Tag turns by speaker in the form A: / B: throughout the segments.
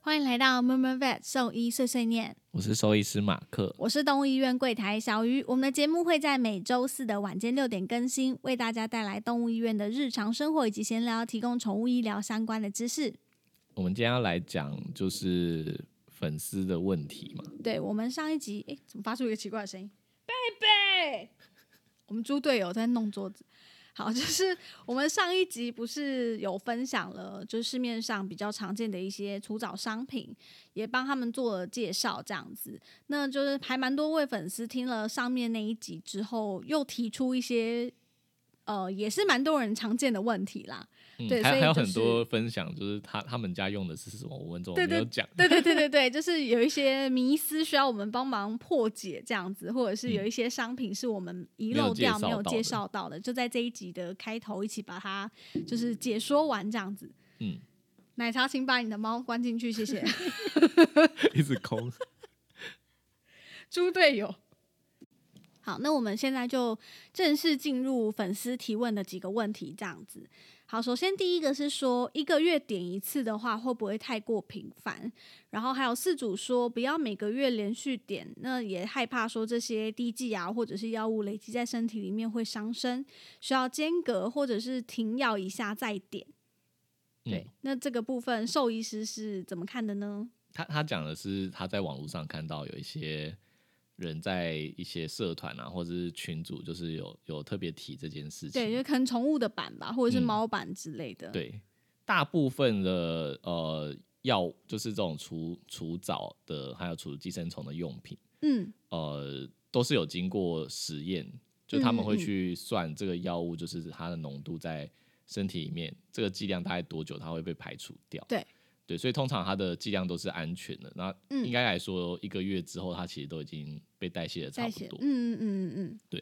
A: 欢迎来到 m u r m u r Vet 兽医碎碎念，
B: 我是兽医师马克。
A: 我是动物医院柜台小鱼。我们的节目会在每周四的晚间六点更新，为大家带来动物医院的日常生活以及闲聊，提供宠物医疗相关的知识。
B: 我们今天要来讲就是粉丝的问题嘛，
A: 对我们上一集，哎，怎么发出一个奇怪的声音？贝贝，我们猪队友在弄桌子。好，就是我们上一集不是有分享了，就是市面上比较常见的一些除藻商品，也帮他们做了介绍，这样子。那就是还蛮多位粉丝听了上面那一集之后，又提出一些，呃，也是蛮多人常见的问题啦。
B: 嗯，
A: 对
B: 还
A: 所以
B: 还有
A: 就
B: 很
A: 是
B: 多分享，就是他他们家用的是什么，我们怎么没有 讲？
A: 对对对对对，就是有一些迷思需要我们帮忙破解这样子，或者是有一些商品是我们遗漏掉、
B: 没
A: 没
B: 有
A: 有介
B: 介绍到的
A: 绍到的，就在这一集的开头一起把它就是解说完这样子。
B: 嗯，
A: 奶茶，请把你的猫关进去，谢谢。
B: 一直 空。
A: 猪队友。好，那我们现在就正式进入粉丝提问的几个问题，这样子。好，首先第一个是说，一个月点一次的话，会不会太过频繁？然后还有饲主说，不要每个月连续点，那也害怕说这些滴剂啊，或者是药物累积在身体里面会伤身，需要间隔或者是停药一下再点。对，
B: 嗯，
A: 那这个部分兽医师是怎么看的呢？
B: 他他讲的是他在网络上看到有一些人在一些社团啊，或者是群组，就是有有特别提这件事情。
A: 对，就可能宠物的版吧，或者是
B: 嗯
A: 猫版之类的。
B: 对，大部分的呃药就是这种除除藻的，还有除寄生虫的用品，
A: 嗯，
B: 呃，都是有经过实验，就他
A: 嗯
B: 们
A: 嗯
B: 会
A: 嗯
B: 去算这个药物，就是它的浓度在身体里面，这个剂量大概多久它会被排除掉。
A: 对。
B: 对，所以通常它的剂量都是安全的。那
A: 嗯
B: 应该来说，一个月之后，它其实都已经被代谢的差
A: 在
B: 不
A: 写，
B: 多。
A: 嗯嗯嗯嗯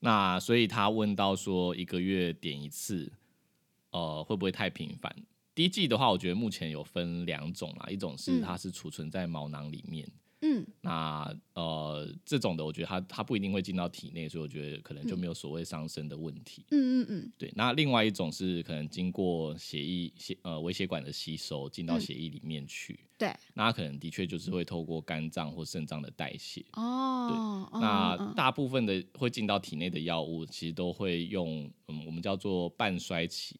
B: 那所以他问到说，一个月点一次，呃，会不会太频繁？第一季的话，我觉得目前有分两种啦，一种是
A: 嗯
B: 它是储存在毛囊里面，
A: 嗯
B: 那呃这种的，我觉得它它不一定会进到体内，所以我觉得可
A: 嗯
B: 能就没有所谓伤身的问题。
A: 嗯嗯嗯
B: 对，那另外一种是可能经过血液血呃微血管的吸收进到
A: 嗯
B: 血液里面去，
A: 对，
B: 那它可能的确就是会透过肝脏或肾脏的代谢。
A: 哦，嗯
B: 那
A: 嗯
B: 大部分的会进到体内的药物，其实都会用，嗯，我们叫做半衰期，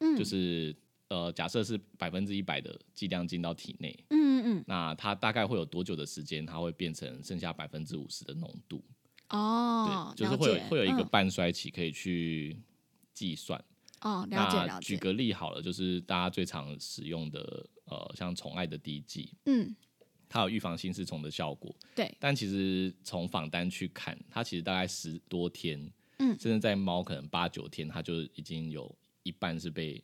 A: 嗯
B: 就是呃，假设是百分之一百的剂量进到体内，
A: 嗯嗯
B: 那它大概会有多久的时间，它会变成剩下百分之五十的浓度？
A: 嗯，哦，
B: 对，就是
A: 了
B: 会有
A: 解
B: 会有一个
A: 嗯
B: 半衰期可以去计算。
A: 哦，了解
B: 那
A: 了
B: 举
A: 解，
B: 个例好了，就是大家最常使用的，呃，像宠爱的滴剂，
A: 嗯，
B: 它有预防心丝虫的效果，
A: 对，
B: 但其实从访单去看，它其实大概十多天，
A: 嗯
B: 甚至在猫可能八九天，它就已经有一半是被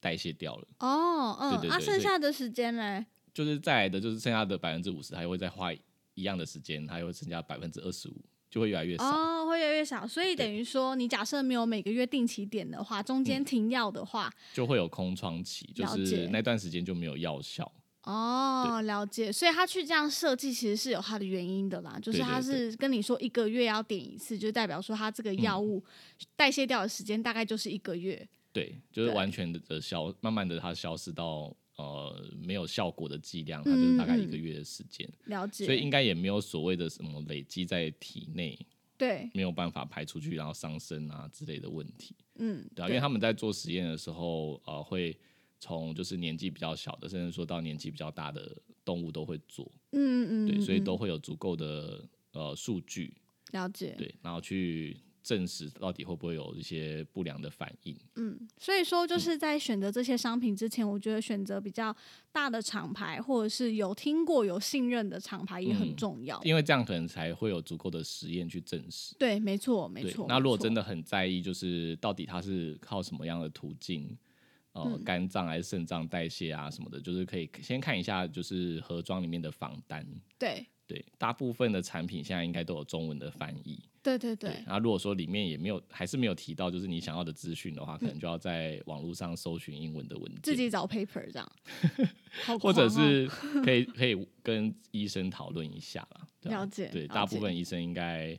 B: 代谢掉了。
A: 哦，
B: 对对
A: 嗯，啊，
B: 对
A: 剩
B: 所以
A: 下的时间嘞，
B: 就是再来的，就是剩下的百分之五十，它会再花一样的时间，它会增加百分之二十五，就会越来越少。
A: 哦，会越来越少，所以等于说，你假设没有每个月定期点的话，中间停药的话，
B: 就会有空窗期，就
A: 了解
B: 是那段时间就没有药效。
A: 哦，了解，所以他去这样设计其实是有它的原因的啦，就是
B: 对对
A: 他
B: 对
A: 是跟你说一个月要点一次，就代表说他这个药物代谢掉的时间大概就是一个月，
B: 对，就是
A: 对
B: 完全的消，慢慢的它消失到呃没有效果的剂
A: 嗯
B: 量，它就是大概一个月的时间，
A: 了解，
B: 所以应该也没有所谓的什么累积在体内
A: 对，
B: 没有办法排出去，然后伤身啊之类的问题，
A: 嗯，
B: 对啊，因为他们在做实验的时候，呃，会从就是年纪比较小的，甚至说到年纪比较大的动物都会做，
A: 嗯嗯嗯，
B: 对，所以
A: 嗯
B: 都会有足够的呃数据，
A: 了解，
B: 对，然后去证实到底会不会有一些不良的反应。
A: 嗯，所以说就是在选择这些商品之前，我觉得选择比较大的厂牌，或者是有听过、有信任的厂牌也很
B: 嗯
A: 重要。
B: 因为这样可能才会有足够的实验去证实。
A: 对，没错，没
B: 对
A: 错。，
B: 那如果
A: 没错
B: 真的很在意，就是到底它是靠什么样的途径，呃，
A: 嗯
B: 肝脏还是肾脏代谢啊什么的，就是可以先看一下，就是盒装里面的访单。
A: 对，
B: 对，大部分的产品现在应该都有中文的翻译。
A: 对对对，
B: 那如果说里面也没有，还是没有提到就是你想要的资讯的话，可能就要在网络上搜寻英文的文
A: 嗯自己
B: 件，
A: 找 paper 这样， 好
B: 或
A: 狂
B: 者
A: 哦
B: 是可以可以跟医生讨论一下啦。对啊
A: 了解
B: 对，
A: 了
B: 大部
A: 解
B: 分医生应该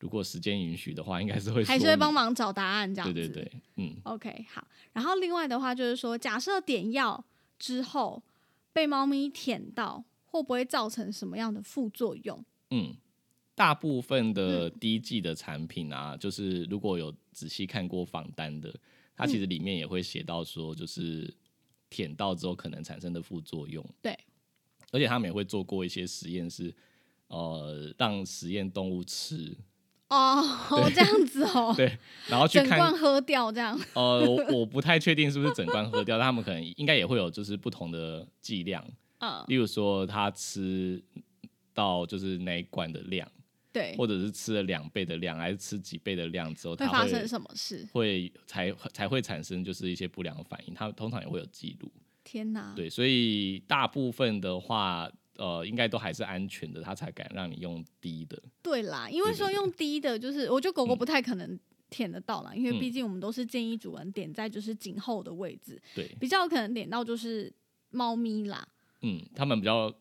B: 如果时间允许的话，应该是会
A: 还是
B: 说
A: 会
B: 明
A: 帮忙找答案这样
B: 对
A: 子。
B: 对对，嗯，
A: OK，好。然后另外的话就是说，假设点药之后被猫咪舔到，会不会造成什么样的副作用？
B: 嗯，大部分
A: 嗯
B: 的第一季的产品啊，就是如果有仔细看过访单的，它其实
A: 嗯
B: 里面也会写到说，就是舔到之后可能产生的副作用。
A: 对，
B: 而且他们也会做过一些实验是，呃，让实验动物吃，
A: 哦，这样子哦，
B: 对，然后去
A: 整
B: 看
A: 罐，喝掉这样。
B: 呃，我我不太确定是不是整罐喝掉，但他们可能应该也会有就是不同的剂量，
A: 嗯，
B: 例如说他吃到就是那一罐的量。
A: 对，
B: 或者是吃了两倍的量，还是吃几倍的量之后，它
A: 会
B: 会
A: 发生什么事？
B: 会才才会产生就是一些不良的反应，它通常也会有记录。
A: 天哪！
B: 对，所以大部分的话，呃，应该都还是安全的，它才敢让你用低的。
A: 对啦，因为
B: 对对
A: 说
B: 对
A: 用低的，就是我觉得狗狗
B: 嗯
A: 不太可能舔得到啦，因为
B: 嗯
A: 毕竟我们都是建议主人点在就是颈后的位置，
B: 对，
A: 比较有可能点到就是猫咪啦。
B: 嗯，他们比较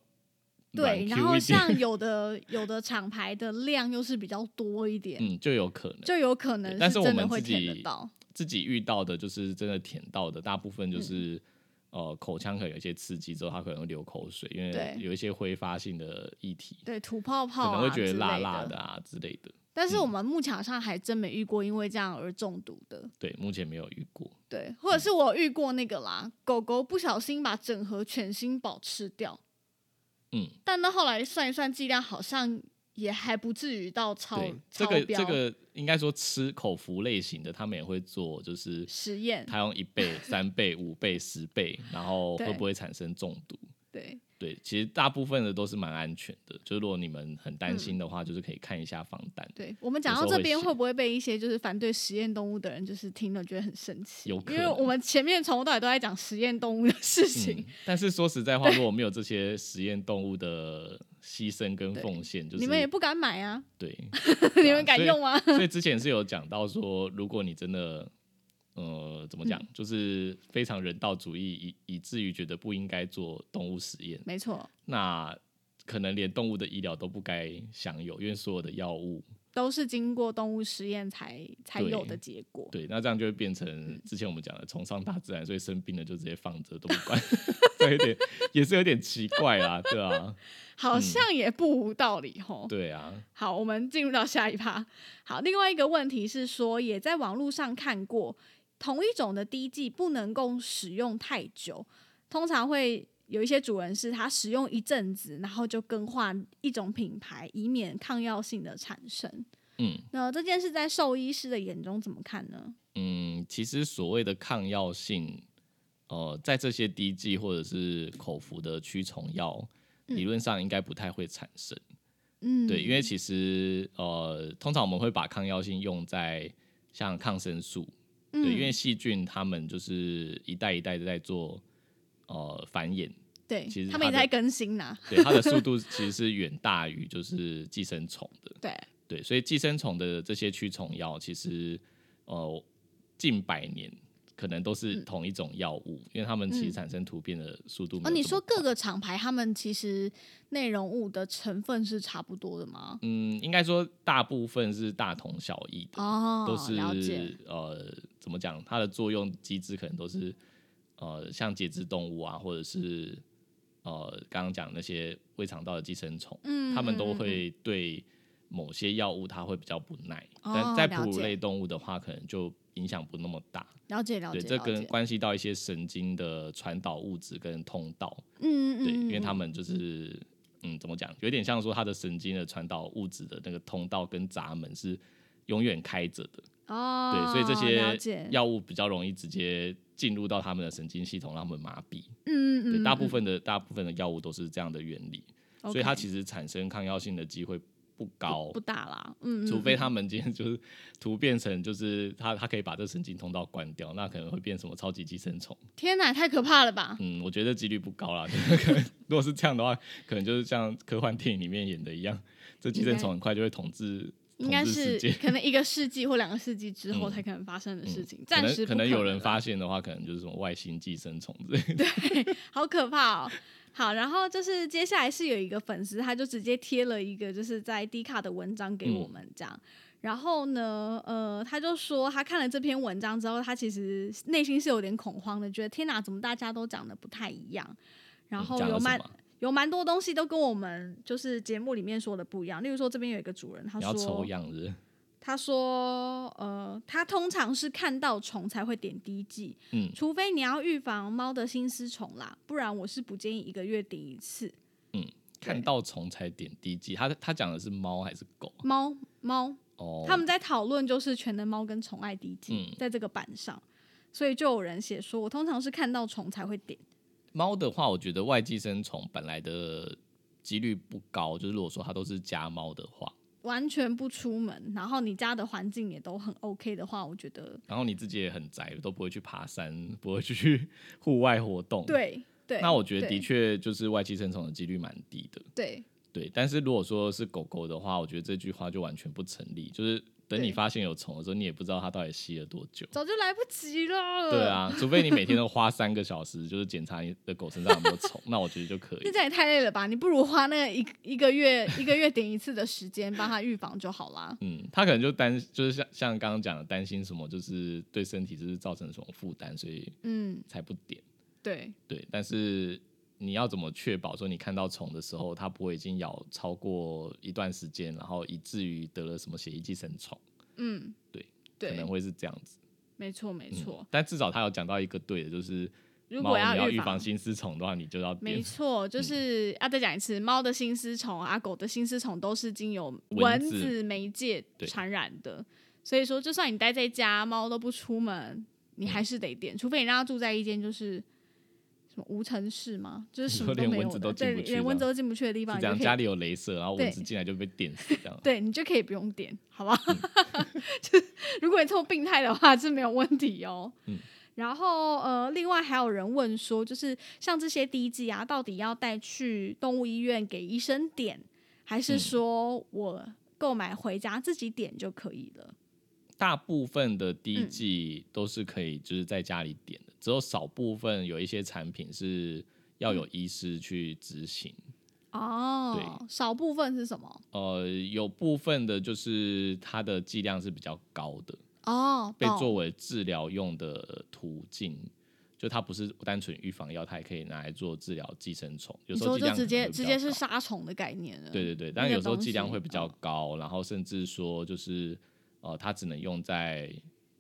B: 软
A: 对，然后
B: Q 一点，
A: 像有的有的厂牌的量又是比较多一点，
B: 嗯，就有可能。
A: 就有可能
B: 对但是我
A: 真
B: 们
A: 的会
B: 自己
A: 舔得到。
B: 自己遇到的就是真的舔到的，大部分
A: 嗯
B: 就是、呃口腔可能有一些刺激之后，它可能会流口水，因
A: 对
B: 为有一些挥发性的液体，
A: 对，吐泡泡、
B: 可
A: 啊、
B: 能会觉得辣
A: 之类
B: 辣
A: 的。
B: 啊之类的。
A: 但是我们牧场上还真没遇过因为这样而中毒的。
B: 对，目前没有遇过。
A: 对，或
B: 嗯
A: 者是我有遇过那个啦，狗狗不小心把整盒犬心宝吃掉，
B: 嗯，
A: 但到后来算一算剂量，好像也还不至于到超
B: 对，这
A: 超
B: 个
A: 标、
B: 这个应该说吃口服类型的，他们也会做，就是
A: 实验。
B: 他用一倍、三倍、五倍、十倍，然后
A: 对
B: 会不会产生中毒？
A: 对，
B: 对，其实大部分的都是蛮安全的。就是如果你们很
A: 嗯
B: 担心的话，就是可以看一下防弹。
A: 对我们讲
B: 有
A: 到
B: 时
A: 这
B: 候会
A: 边，
B: 写
A: 会不会被一些就是反对实验动物的人，就是听了觉得很生气？
B: 有可
A: 因为我
B: 能
A: 们前面从头到尾都在讲实验动物的事情
B: 嗯，，但是说实在话，如果没有这些实验动物的牺牲跟
A: 对
B: 奉献，就是
A: 你们也不敢买啊，
B: 对，
A: 你
B: 啊
A: 们敢
B: 所以
A: 用 吗？
B: 所以之前是有讲到说，如果你真的，呃，怎么讲，
A: 嗯
B: 就是非常人道主义，以以至于觉得不应该做动物实验，
A: 没错，
B: 那可能连动物的医疗都不该享有，因为所有的药物，
A: 都是经过动物实验才才有
B: 对
A: 的结果。
B: 对，那这样就会变
A: 嗯
B: 成之前我们讲的崇尚大自然，所以生病了就直接放着都不管， 这有点也是有点奇怪啦，对啊，
A: 好像也不无道理吼。
B: 对啊，
A: 好，我们进入到下一趴。好，另外一个问题是说，也在网络上看过，同一种的滴剂不能够使用太久，通常会有一些主人是他使用一阵子，然后就更换一种品牌，以免抗药性的产生。
B: 嗯。
A: 那这件事在兽医师的眼中怎么看呢？
B: 嗯，其实所谓的抗药性，呃，在这些滴剂或者是口服的驱虫药，理论上应该不太会产生。
A: 嗯，
B: 对，因为其实呃，通常我们会把抗药性用在像抗生素，
A: 嗯
B: 对，因为细菌它们就是一代一代的在做呃繁衍，
A: 对，
B: 其实
A: 他们也
B: 它的
A: 在更新呐、
B: 对，它的速度其实是远大于就是寄生虫的。
A: 对，
B: 对，所以寄生虫的这些驱虫药，其实呃近百年可能都
A: 嗯
B: 是同一种药物，因为它们其实产生突变的速度没有
A: 哦，你
B: 这
A: 说
B: 么
A: 各个厂牌他们其实内容物的成分是差不多的吗？
B: 嗯，应该说大部分是大同小异的，
A: 哦，
B: 都是
A: 了解，
B: 呃怎么讲，它的作用机制可能都是呃像节肢动物啊，或者是呃刚刚讲那些胃肠道的寄生虫，
A: 嗯，
B: 它们
A: 嗯
B: 都
A: 嗯
B: 会对某些药物它会比较不耐，
A: 哦
B: 但在
A: 了
B: 哺乳
A: 解
B: 类动物的话，可能就影响不那么大。
A: 了解了解，
B: 对，这
A: 了
B: 跟
A: 解
B: 关系到一些神经的传导物质跟通道，
A: 嗯嗯嗯，
B: 对，因为他
A: 嗯
B: 们就是嗯，怎么讲，有点像说它的神经的传导物质的那个通道跟闸门是永远开着的，
A: 哦，
B: 对，所以这
A: 了
B: 些
A: 解，
B: 药物比较容易直接进入到他们的神经系统，让他们麻痹。
A: 嗯嗯
B: 对，
A: 嗯，
B: 大部
A: 嗯，
B: 分的大部分的药物都是这样的原理，
A: 嗯
B: 所以它
A: OK，
B: 其实产生抗药性的机会不高
A: 不不，大啦，嗯，嗯
B: 除非
A: 嗯
B: 他们今天就是突变成就是它它可以把这神经通道关掉，那可能会变什么超级寄生虫。
A: 天哪，太可怕了吧？
B: 嗯，我觉得几率不高啦。 就是可能如果是这样的话，可能就是像科幻电影里面演的一样，这寄生虫很快就会统治
A: 应该
B: 统治
A: 是
B: 世界。
A: 可能一个世纪或两个世纪之后
B: 嗯
A: 才可能发生的事情，
B: 可
A: 暂
B: 能
A: 时不
B: 可能有人
A: 啦
B: 发现的话，可能就是什么外星寄生虫之类的。
A: 好可怕哦。好，然后就是接下来是有一个粉丝，他就直接贴了一个就是在 D 卡的文章
B: 嗯
A: 给我们这样。然后呢，呃，他就说他看了这篇文章之后，他其实内心是有点恐慌的，觉得天哪，怎么大家都讲的不太一样？然后
B: 嗯讲了
A: 有
B: 什
A: 蛮、
B: 么？
A: 有蛮多东西都跟我们就是节目里面说的不一样。例如说，这边有一个主人，他
B: 你要抽
A: 说
B: 样是不是？
A: 他说，呃，他通常是看到虫才会点滴剂，
B: 嗯
A: 除非你要预防猫的心丝虫啦，不然我是不建议一个月点一次。
B: 看到虫才点滴剂。他他讲的是猫还是狗啊？
A: 猫猫，
B: 哦，
A: 他们在讨论就是全能猫跟宠爱滴剂
B: 嗯，
A: 在这个版上，所以就有人写说，我通常是看到虫才会点。
B: 猫的话，我觉得外寄生虫本来的几率不高，就是如果说它都是家猫的话，
A: 完全不出门，然后你家的环境也都很 OK 的话，我觉得
B: 然后你自己也很宅，都不会去爬山，不会去 户外活动。。
A: 对对。
B: 哦那我觉得
A: 对
B: 的确就是外寄生虫的几率蛮低的，
A: 对
B: 对。但是如果说是狗狗的话，我觉得这句话就完全不成立。就是等你
A: 对
B: 发现有虫的时候，你也不知道它到底吸了多久。
A: 早就来不及了。
B: 对，啊，除非你每天都花三个小时，就是检查你的狗身上有没有虫，那我觉得就可以
A: 那。这样也太累了吧？你不如花那个一一个月一个月点一次的时间帮它预防就好啦。
B: 嗯，他可能就担，就是像像刚刚讲的，担心什么，就是对身体就是造成什么负担，所以
A: 嗯，
B: 才不点。
A: 对，
B: 对，但是你要怎么确保说你看到虫的时候，它不会已经咬超过一段时间，然后以至于得了什么血液寄生虫，
A: 嗯，
B: 对可
A: 对
B: 能，会是这样子。
A: 没错没
B: 嗯
A: 错。
B: 但至少他有讲到一个对的，就是
A: 如
B: 猫
A: 果
B: 你要
A: 预
B: 防嗯心丝虫的话，你就要
A: 没
B: 点。
A: 错，就是要再讲一次，猫的心丝虫啊，狗的心丝虫都是经由
B: 蚊
A: 蚊
B: 子
A: 子媒介
B: 对
A: 传染的，所以说就算你待在家，猫都不出门，
B: 嗯
A: 你还是得点，除非你让它住在一间就是。什么无尘室吗？就是什么
B: 你说
A: 都没
B: 连蚊
A: 有
B: 子
A: 的，
B: 都进
A: 对，
B: 不去
A: 连蚊
B: 的
A: 子都进不去的地方，你
B: 是这
A: 就
B: 样，
A: 可以
B: 家里有镭射，然后蚊子
A: 对
B: 进来就被电死，这样
A: 对你就可以不用点，好不好？ 就是如果你这么病态的话是没有问题哦。
B: 嗯
A: 然后呃，另外还有人问说，就是像这些滴剂啊，到底要带去动物医院给医生点，还是
B: 嗯
A: 说我购买回家自己点就可以了？
B: 大部分的滴
A: 嗯
B: 剂都是可以就是在家里点的，只有少部分有一些产品是要
A: 嗯
B: 有医师去执行。
A: 哦，少部分是什么？
B: 呃，有部分的就是它的剂量是比较高的，
A: 哦，
B: 被
A: 懂
B: 作为治疗用的途径。就它不是单纯预防药，它也可以拿来做治疗寄生虫。有
A: 你
B: 时候
A: 说就
B: 剂
A: 直
B: 量可能
A: 接
B: 会比
A: 直
B: 较
A: 接是
B: 高
A: 杀虫的概念了。
B: 对对对，但
A: 那个
B: 有时候
A: 东
B: 剂量
A: 西
B: 会比较
A: 嗯
B: 高，然后甚至说就是呃，它只能用在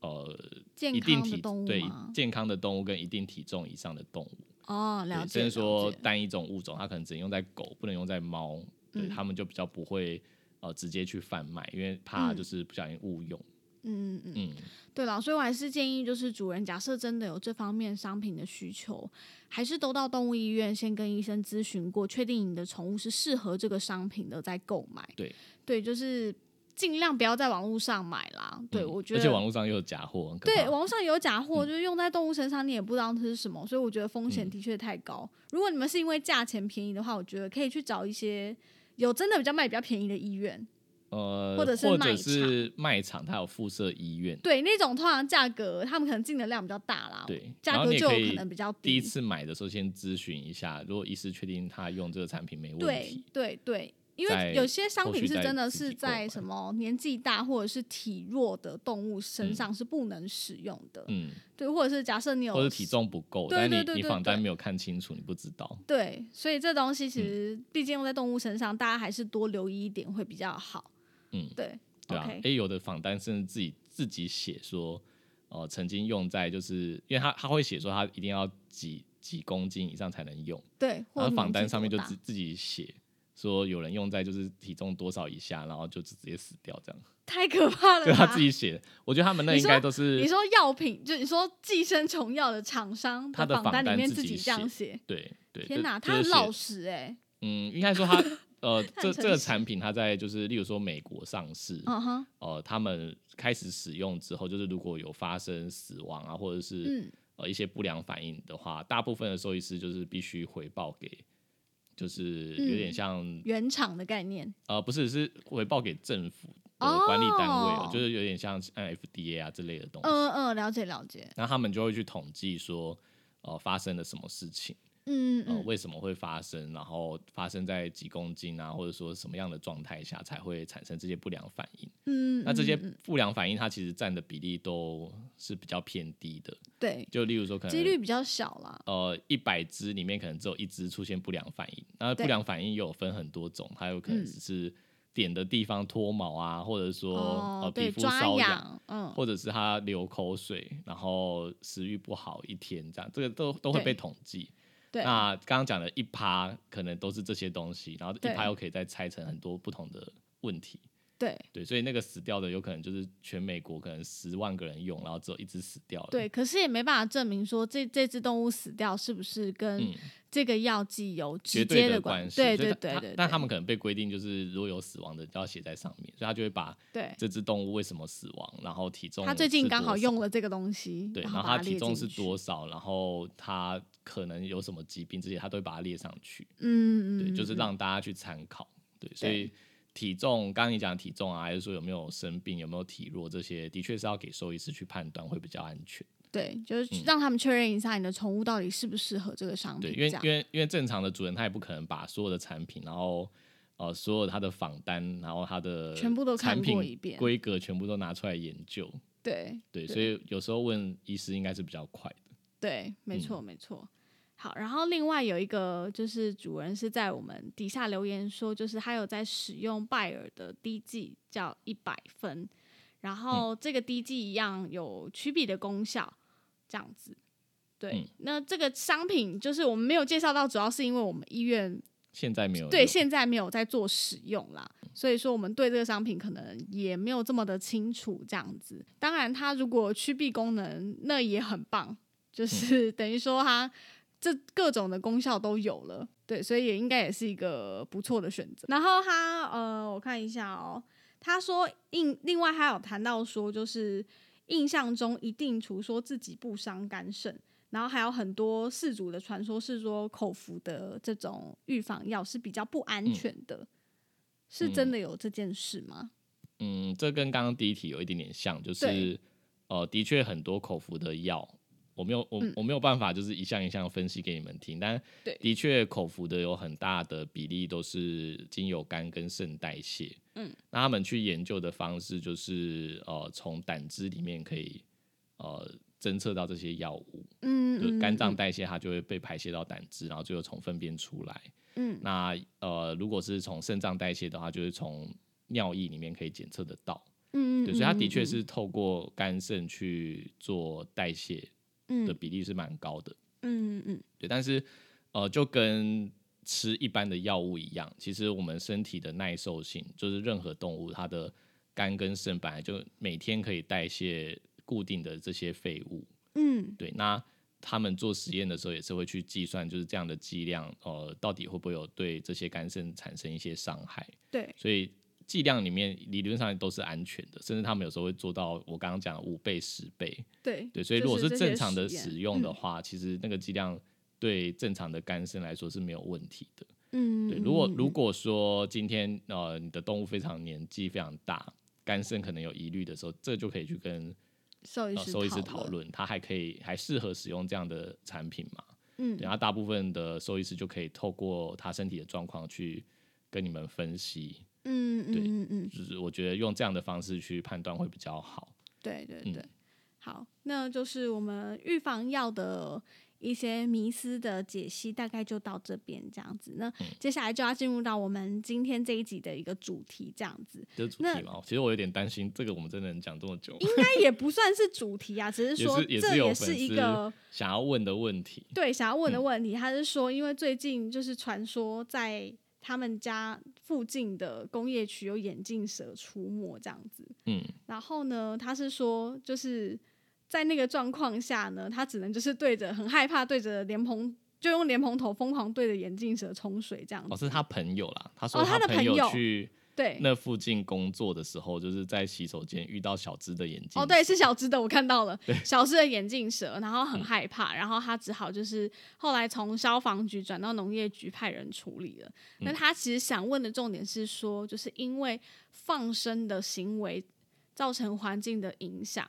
B: 呃
A: 健
B: 一定
A: 康的
B: 体
A: 动物
B: 对
A: 吗？
B: 健康的动物跟一定体重以上的动物，
A: 哦，了
B: 对，
A: 解。
B: 甚
A: 了
B: 至说
A: 解
B: 单一种物种，它可能只能用在狗，不能用在猫，对，
A: 嗯
B: 他们就比较不会呃直接去贩卖，因为怕
A: 嗯
B: 就是不小心误用，
A: 嗯嗯嗯。
B: 嗯，
A: 对啦，所以我还是建议，就是主人假设真的有这方面商品的需求，还是都到动物医院先跟医生咨询过，确定你的宠物是适合这个商品的再购买。
B: 对
A: 对，就是尽量不要在网络上买啦。对，
B: 嗯
A: 我觉得
B: 而且网络上又有假货，很可
A: 对
B: 怕，
A: 网上有假货，就是用在动物身上，你也不知道这是什么，所以我觉得风险
B: 嗯
A: 的确太高。如果你们是因为价钱便宜的话，我觉得可以去找一些有真的比较卖比较便宜的医院。
B: 呃，
A: 或者是卖
B: 是卖场，它有附设医院，
A: 对，那种通常价格他们可能进的量比较大啦，
B: 对，
A: 哦价
B: 然后
A: 格
B: 你也
A: 就
B: 可
A: 有可
B: 以
A: 能比较低。
B: 第一次买的时候先咨询一下，如果医师确定他用这个产品没问题，
A: 对对对，因
B: 再
A: 为有些商
B: 后
A: 品
B: 续
A: 是
B: 再
A: 真的
B: 自己
A: 是
B: 购
A: 在
B: 买
A: 什么年纪大或者是体弱的动物身上是不能使用的，
B: 嗯，
A: 对，或者是假设你有
B: 或者体重不够，
A: 对
B: 但
A: 对
B: 是
A: 对
B: 你你
A: 对
B: 访单
A: 对
B: 没有看清楚，你不知道，
A: 对，所以这东西
B: 嗯
A: 其实毕竟用在动物身上，大家还是多留意一点会比较好。
B: 嗯
A: 对
B: 对啊，哎、
A: OK
B: 有的访单甚至自己自己写说，呃，曾经用在就是，因为他他会写说他一定要几几公斤以上才能用，
A: 对，或者
B: 然后
A: 年
B: 访
A: 纪
B: 单上面就
A: 多大
B: 自自己写说有人用在就是体重多少以下，然后就直接死掉这样，
A: 太可怕了
B: 就
A: 吧。
B: 他自己写的。我觉得他们那
A: 啊你
B: 应该
A: 说
B: 都是
A: 你说药品，就你说寄生虫药的厂商
B: 他的
A: 的
B: 仿
A: 单里
B: 单
A: 面
B: 自己
A: 己这样写。
B: 对对，
A: 天
B: 哪，
A: 哪，
B: 就
A: 他
B: 是
A: 很
B: 写
A: 老实哎、
B: 嗯，应该说它 呃，这
A: 很
B: 这个
A: 诚实
B: 产品它在就是例如说美国上市，
A: 嗯哼，
B: 呃，他们开始使用之后，就是如果有发生死亡啊，或者是、
A: 嗯，
B: 呃一些不良反应的话，大部分的兽医师就是必须回报给，就是有点
A: 嗯
B: 像、
A: 原厂的概念，
B: 呃，不是是回报给政府的管理单位哦，
A: 哦
B: 就是有点像按 FDA 啊之类的东西，
A: 嗯嗯，了解了解，
B: 那他们就会去统计说，呃，发生了什么事情。
A: 嗯
B: 呃，
A: 嗯嗯，
B: 为什么会发生，然后发生在几公斤啊，或者说什么样的状态下才会产生这些不良反应？
A: 嗯，
B: 那这些
A: 嗯嗯
B: 不良反应它其实占的比例都是比较偏低的，
A: 对
B: 就例如说可
A: 几率
B: 能
A: 比较小啦，
B: 呃一百只里面可能只有一只出现不良反应，那
A: 对
B: 不良反应又有分很多种，它有可能
A: 嗯
B: 只是点的地方脱毛啊，或者说、呃
A: 哦，
B: 皮
A: 对，
B: 肤
A: 抓
B: 瘙痒。
A: 痒，嗯，
B: 或者是它流口水，然后食欲不好一天这样，这个都都会
A: 对
B: 被统计。
A: 对，
B: 那刚刚讲的一趴可能都是这些东西，然后一
A: 对
B: 趴又可以再拆成很多不同的问题。
A: 对
B: 对，所以那个死掉的有可能就是全美国可能十万个人用，然后只有一只死掉了。
A: 对，可是也没办法证明说这这只动物死掉是不是跟
B: 嗯，
A: 这个药剂有直
B: 绝
A: 接
B: 的
A: 关
B: 系。
A: 对
B: 所以
A: 对
B: 它
A: 对
B: 它
A: 对，
B: 但
A: 对
B: 他们可能被规定就是如果有死亡的就要写在上面，所以他就会把
A: 对，
B: 这只动物为什么死亡，然后体重
A: 他最近
B: 是
A: 刚
B: 多
A: 好
B: 少
A: 用了这个东西，
B: 对，然
A: 后
B: 后
A: 把
B: 它
A: 它
B: 体
A: 列
B: 重
A: 进
B: 是
A: 去，
B: 多少，然后它可能有什么疾病这些，它都会把它列上去。
A: 嗯
B: 对，
A: 嗯，
B: 就
A: 嗯
B: 是让大家去参考。对，所
A: 对
B: 以体重，刚刚你讲的体重啊，还是说有没有生病、有没有体弱这些，的确是要给兽医师去判断会比较安全。
A: 对，就是让他们确认一下你的宠物到底适不适合这个商
B: 嗯对，
A: 品，
B: 因为
A: 这样
B: 因为因为正常的主人他也不可能把所有的产品，然后呃所有他的访单，然后他的
A: 全部都看
B: 产品
A: 过一遍
B: 规格全部都拿出来研究。
A: 对对
B: 对，所以有时候问医师应该是比较快的。
A: 对，没错、没错。好，然后另外有一个就是主人是在我们底下留言说，就是他有在使用拜耳的滴剂，叫一百分，然后这个滴剂一样有曲比的功效，这样子。对，
B: 嗯
A: 那这个商品就是我们没有介绍到，主要是因为我们医院
B: 现在没有
A: 对
B: 用
A: 现在没有在做使用啦，所以说我们对这个商品可能也没有这么的清楚这样子。当然，它如果驱避功能，那也很棒，
B: 嗯
A: 就是 等于说它这各种的功效都有了，对，所以也应该也是一个不错的选择。然后它呃，我看一下哦，他说印另外还有谈到说，就是印象中一定除说自己不伤肝肾。然后还有很多事主的传说是说，口服的这种预防药是比较不
B: 嗯
A: 安全的，是真的有这件事吗？
B: 嗯，这跟刚刚第一题有一点点像，就是
A: 对
B: 呃，的确很多口服的药，我没有我、我没有办法就是一项一项分析给你们听，但
A: 嗯对
B: 的确口服的有很大的比例都是经由肝跟肾代谢，
A: 嗯，
B: 那他们去研究的方式就是呃，从胆汁里面可以呃侦测到这些药物，
A: 嗯，
B: 就
A: 嗯
B: 肝脏，代谢它就会被排泄到胆汁，然后最后从粪便出来，
A: 嗯
B: 那呃，如果是从肾脏代谢的话，就是从尿液里面可以检测得到。
A: 嗯，嗯
B: 对，所以它的
A: 嗯
B: 确
A: 嗯
B: 是透过肝肾去做代谢的
A: 嗯
B: 比例是蛮高的。
A: 嗯嗯嗯
B: 对，但是呃，就跟吃一般的药物一样，其实我们身体的耐受性，就是任何动物它的肝跟肾本来就每天可以代谢固定的这些废物。
A: 嗯
B: 对，那他们做实验的时候也是会去计算，就是这样的剂量，呃，到底会不会有对这些肝肾产生一些伤害？
A: 对，
B: 所以剂量里面理论上都是安全的，甚至他们有时候会做到我刚刚讲的五倍、十倍。
A: 对
B: 对，所以
A: 就
B: 如果是
A: 这些
B: 正常的
A: 验嗯
B: 使用的话，其实那个剂量对正常的肝肾来说是没有问题的。
A: 嗯，
B: 对，如果
A: 嗯
B: 如果说今天呃你的动物非常年纪非常大，肝肾可能有疑虑的时候，这就可以去跟
A: 兽医
B: 呃
A: 师
B: 兽医师讨，论，它还可以还适合使用这样的产品嘛？
A: 嗯
B: 然后大部分的兽医师就可以透过他身体的状况去跟你们分析，
A: 嗯嗯
B: 对
A: 嗯嗯，
B: 就是我觉得用这样的方式去判断会比较好。
A: 对对
B: 嗯
A: 对，好，那就是我们预防药的一些迷思的解析，大概就到这边这样子。那
B: 嗯
A: 接下来就要进入到我们今天这一集的一个主题，这样子
B: 这是主题嘛，其实我有点担心这个我们真的能讲这么久吗，
A: 应该也不算是主题啊，只是
B: 也
A: 说
B: 是也
A: 这
B: 是有
A: 也
B: 粉
A: 是一
B: 丝
A: 个
B: 想要问的问题。嗯
A: 对想要问的问题。他是说，因为最近就是传说在他们家附近的工业区有眼镜蛇出没这样子。
B: 嗯，
A: 然后呢，他是说就是在那个状况下呢，他只能就是对着很害怕，对着莲蓬就用莲蓬头疯狂对着眼镜蛇冲水这样
B: 哦，
A: 子。
B: 是他朋友啦，他说
A: 哦他的
B: 朋
A: 朋友
B: 去
A: 对，
B: 那附近工作的时候，就是在洗手间遇到小只的眼睛。
A: 哦，对，是小只的，我看到了小只的眼镜蛇，然后
B: 嗯
A: 很害怕，然后他只好就是后来从消防局转到农业局派人处理了。
B: 嗯
A: 那他其实想问的重点是说，就是因为放生的行为造成环境的影响，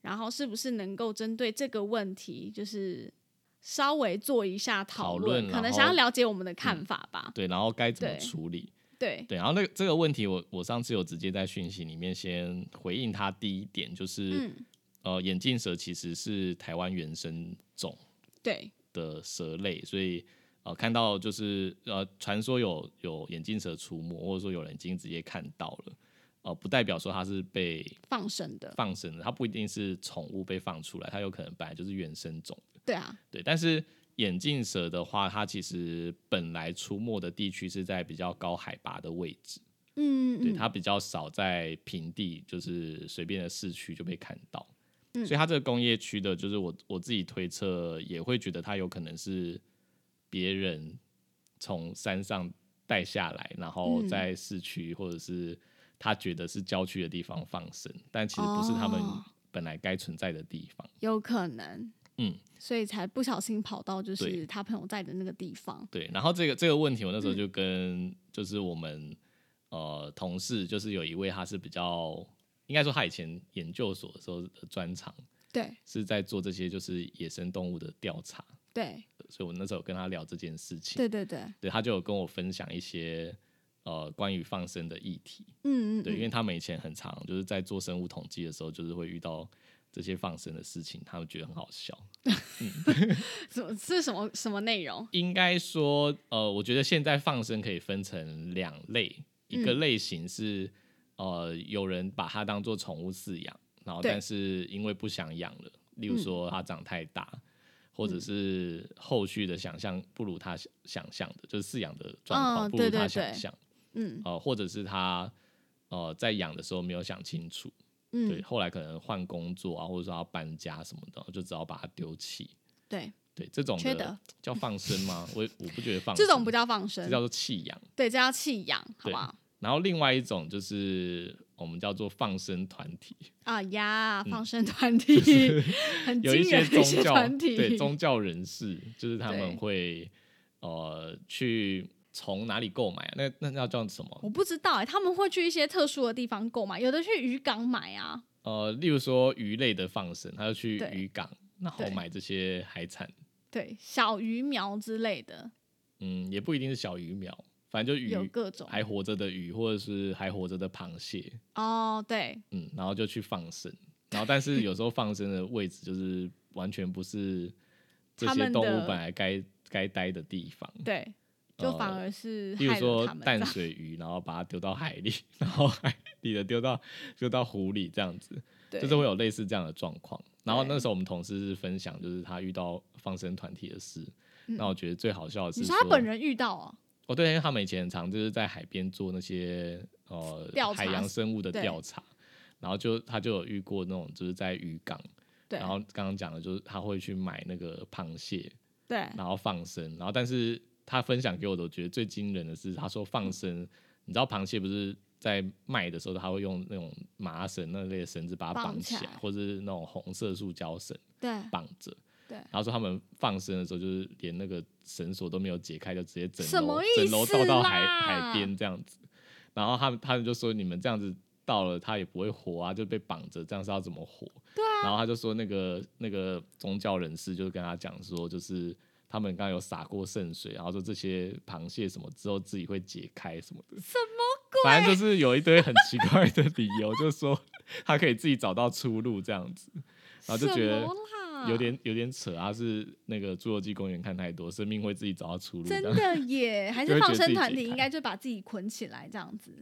A: 然后是不是能够针对这个问题，就是稍微做一下讨
B: 讨论哦嗯
A: 可能
B: 然后
A: 想要了解我们的看法吧？
B: 对，然后该怎么
A: 对
B: 处理？
A: 对，
B: 对，然后那个这个问题我，我上次有直接在讯息里面先回应他第一点，就是、
A: 嗯，
B: 呃，眼镜蛇其实是台湾原生种
A: 对，
B: 的蛇类，所以呃，看到就是呃，传说有有眼镜蛇出没，或者说有人已经直接看到了，呃，不代表说它是被
A: 放生的，
B: 放生的，它不一定是宠物被放出来，它有可能本来就是原生种。
A: 对啊，
B: 对，但是眼镜蛇的话，它其实本来出没的地区是在比较高海拔的位置，
A: 嗯，
B: 对，
A: 嗯
B: 它比较少在平地，就是随便的市区就被看到。
A: 嗯
B: 所以它这个工业区的，就是我我自己推测，也会觉得它有可能是别人从山上带下来，然后
A: 嗯
B: 在市区或者是他觉得是郊区的地方放生，但其实不是他们
A: 哦
B: 本来该存在的地方。
A: 有可能，
B: 嗯，
A: 所以才不小心跑到就
B: 对
A: 是他朋友在的那个地方。
B: 对，然后这个这个问题，我那时候
A: 嗯
B: 就跟、就是我们呃同事，就是有一位他是比较，应该说他以前研究所的时候的专长
A: 对
B: 是在做这些就是野生动物的调查，
A: 对
B: 所以我那时候有跟他聊这件事情，
A: 对对对，
B: 对他就有跟我分享一些呃关于放生的议题，
A: 嗯嗯
B: 对，因为
A: 嗯，
B: 他们以前很常就是在做生物统计的时候，就是会遇到这些放生的事情，他们觉得很好笑。
A: 什么是什么什么内容？
B: 应该说，呃，我觉得现在放生可以分成两类，一个
A: 嗯
B: 类型是、呃，有人把它当做宠物饲养，然后
A: 对
B: 但是因为不想养了，例如
A: 嗯
B: 说它长太大，或者是后续的想象不如它想想象的，就是饲养的状况
A: 嗯
B: 不如
A: 对
B: 它
A: 对
B: 想
A: 对
B: 象，
A: 嗯
B: 呃，或者是它呃在养的时候没有想清楚，对，
A: 嗯
B: 后来可能换工作啊，或者说要搬家什么的，就只好把它丢弃。
A: 对，
B: 对，这种
A: 缺
B: 的
A: 德
B: 叫放生吗？我也我不觉得放生，
A: 这种不叫放生
B: 这，叫做弃养。
A: 对，这叫弃养，好不好？
B: 然后另外一种就是我们叫做放生团 体，
A: 啊呀，放生团体 很
B: 嗯有
A: 惊
B: 些
A: 人的
B: 宗
A: 一些
B: 教
A: 团体，
B: 对宗教人士，就是他们
A: 对
B: 会呃去从哪里购买啊？那那那叫什么？
A: 我不知道哎、他们会去一些特殊的地方购买，有的去渔港买啊，
B: 呃，例如说鱼类的放生，他就去
A: 对
B: 渔港，然后
A: 对
B: 买这些海产，
A: 对，小鱼苗之类的，
B: 嗯，也不一定是小鱼苗，反正就鱼
A: 有各种
B: 还活着的鱼，或者是还活着的螃蟹，
A: 哦，对，
B: 嗯，然后就去放生，然后但是有时候放生的位置就是完全不是这
A: 他
B: 些
A: 们
B: 动物
A: 的
B: 本来该该待的地方，
A: 对，就反
B: 呃
A: 而是
B: 比如
A: 害了
B: 说
A: 他们。
B: 淡水鱼，然后把它丢到海里， 然后海里的丢到丢到湖里这样子，
A: 对，
B: 就是会有类似这样的状况。然后
A: 对
B: 那时候我们同事是分享，就是他遇到放生团体的事，那我觉得最好笑的是
A: 嗯你说他本人遇到哦，
B: 哦，对，因为他们以前很常就是在海边做那些呃
A: 调
B: 海
A: 查
B: 洋生物的
A: 对
B: 调查，然后就他就有遇过那种就是在渔港，
A: 对，
B: 然后刚刚讲的就是他会去买那个螃蟹，
A: 对，
B: 然后放生，然后但是他分享给我的，我觉得最惊人的是他说
A: 嗯
B: 放生，你知道螃蟹不是在卖的时候他会用那种麻绳那类的绳子把它
A: 绑
B: 绑
A: 起
B: 起来，
A: 来
B: 或者是那种红色塑胶绳
A: 对，
B: 绑着，
A: 对
B: 然后说他们放生的时候，就是连那个绳索都没有解开，就直接整
A: 什
B: 楼
A: 么意
B: 整楼倒
A: 思
B: 到海
A: 啦
B: 海边这样子。然后他们他们就说你们这样子到了，他也不会活啊，就被绑着，这样是要怎么活？
A: 对
B: 啊。然后他就说那个那个宗教人士就跟他讲说，就是他们刚刚有洒过圣水，然后说这些螃蟹什么之后自己会解开什么的。
A: 什么？
B: 反正就是有一堆很奇怪的理由， 就是说他可以自己找到出路这样子，然后就觉得
A: 什么啦
B: 有点有点扯啊，是那个侏罗纪公园看太多，生命会自己找到出路。
A: 真
B: 这样，
A: 的耶，还
B: 就会
A: 是
B: 觉得
A: 放
B: 自
A: 生
B: 己
A: 团
B: 解
A: 体
B: 开
A: 应该就把自己捆起来这样子，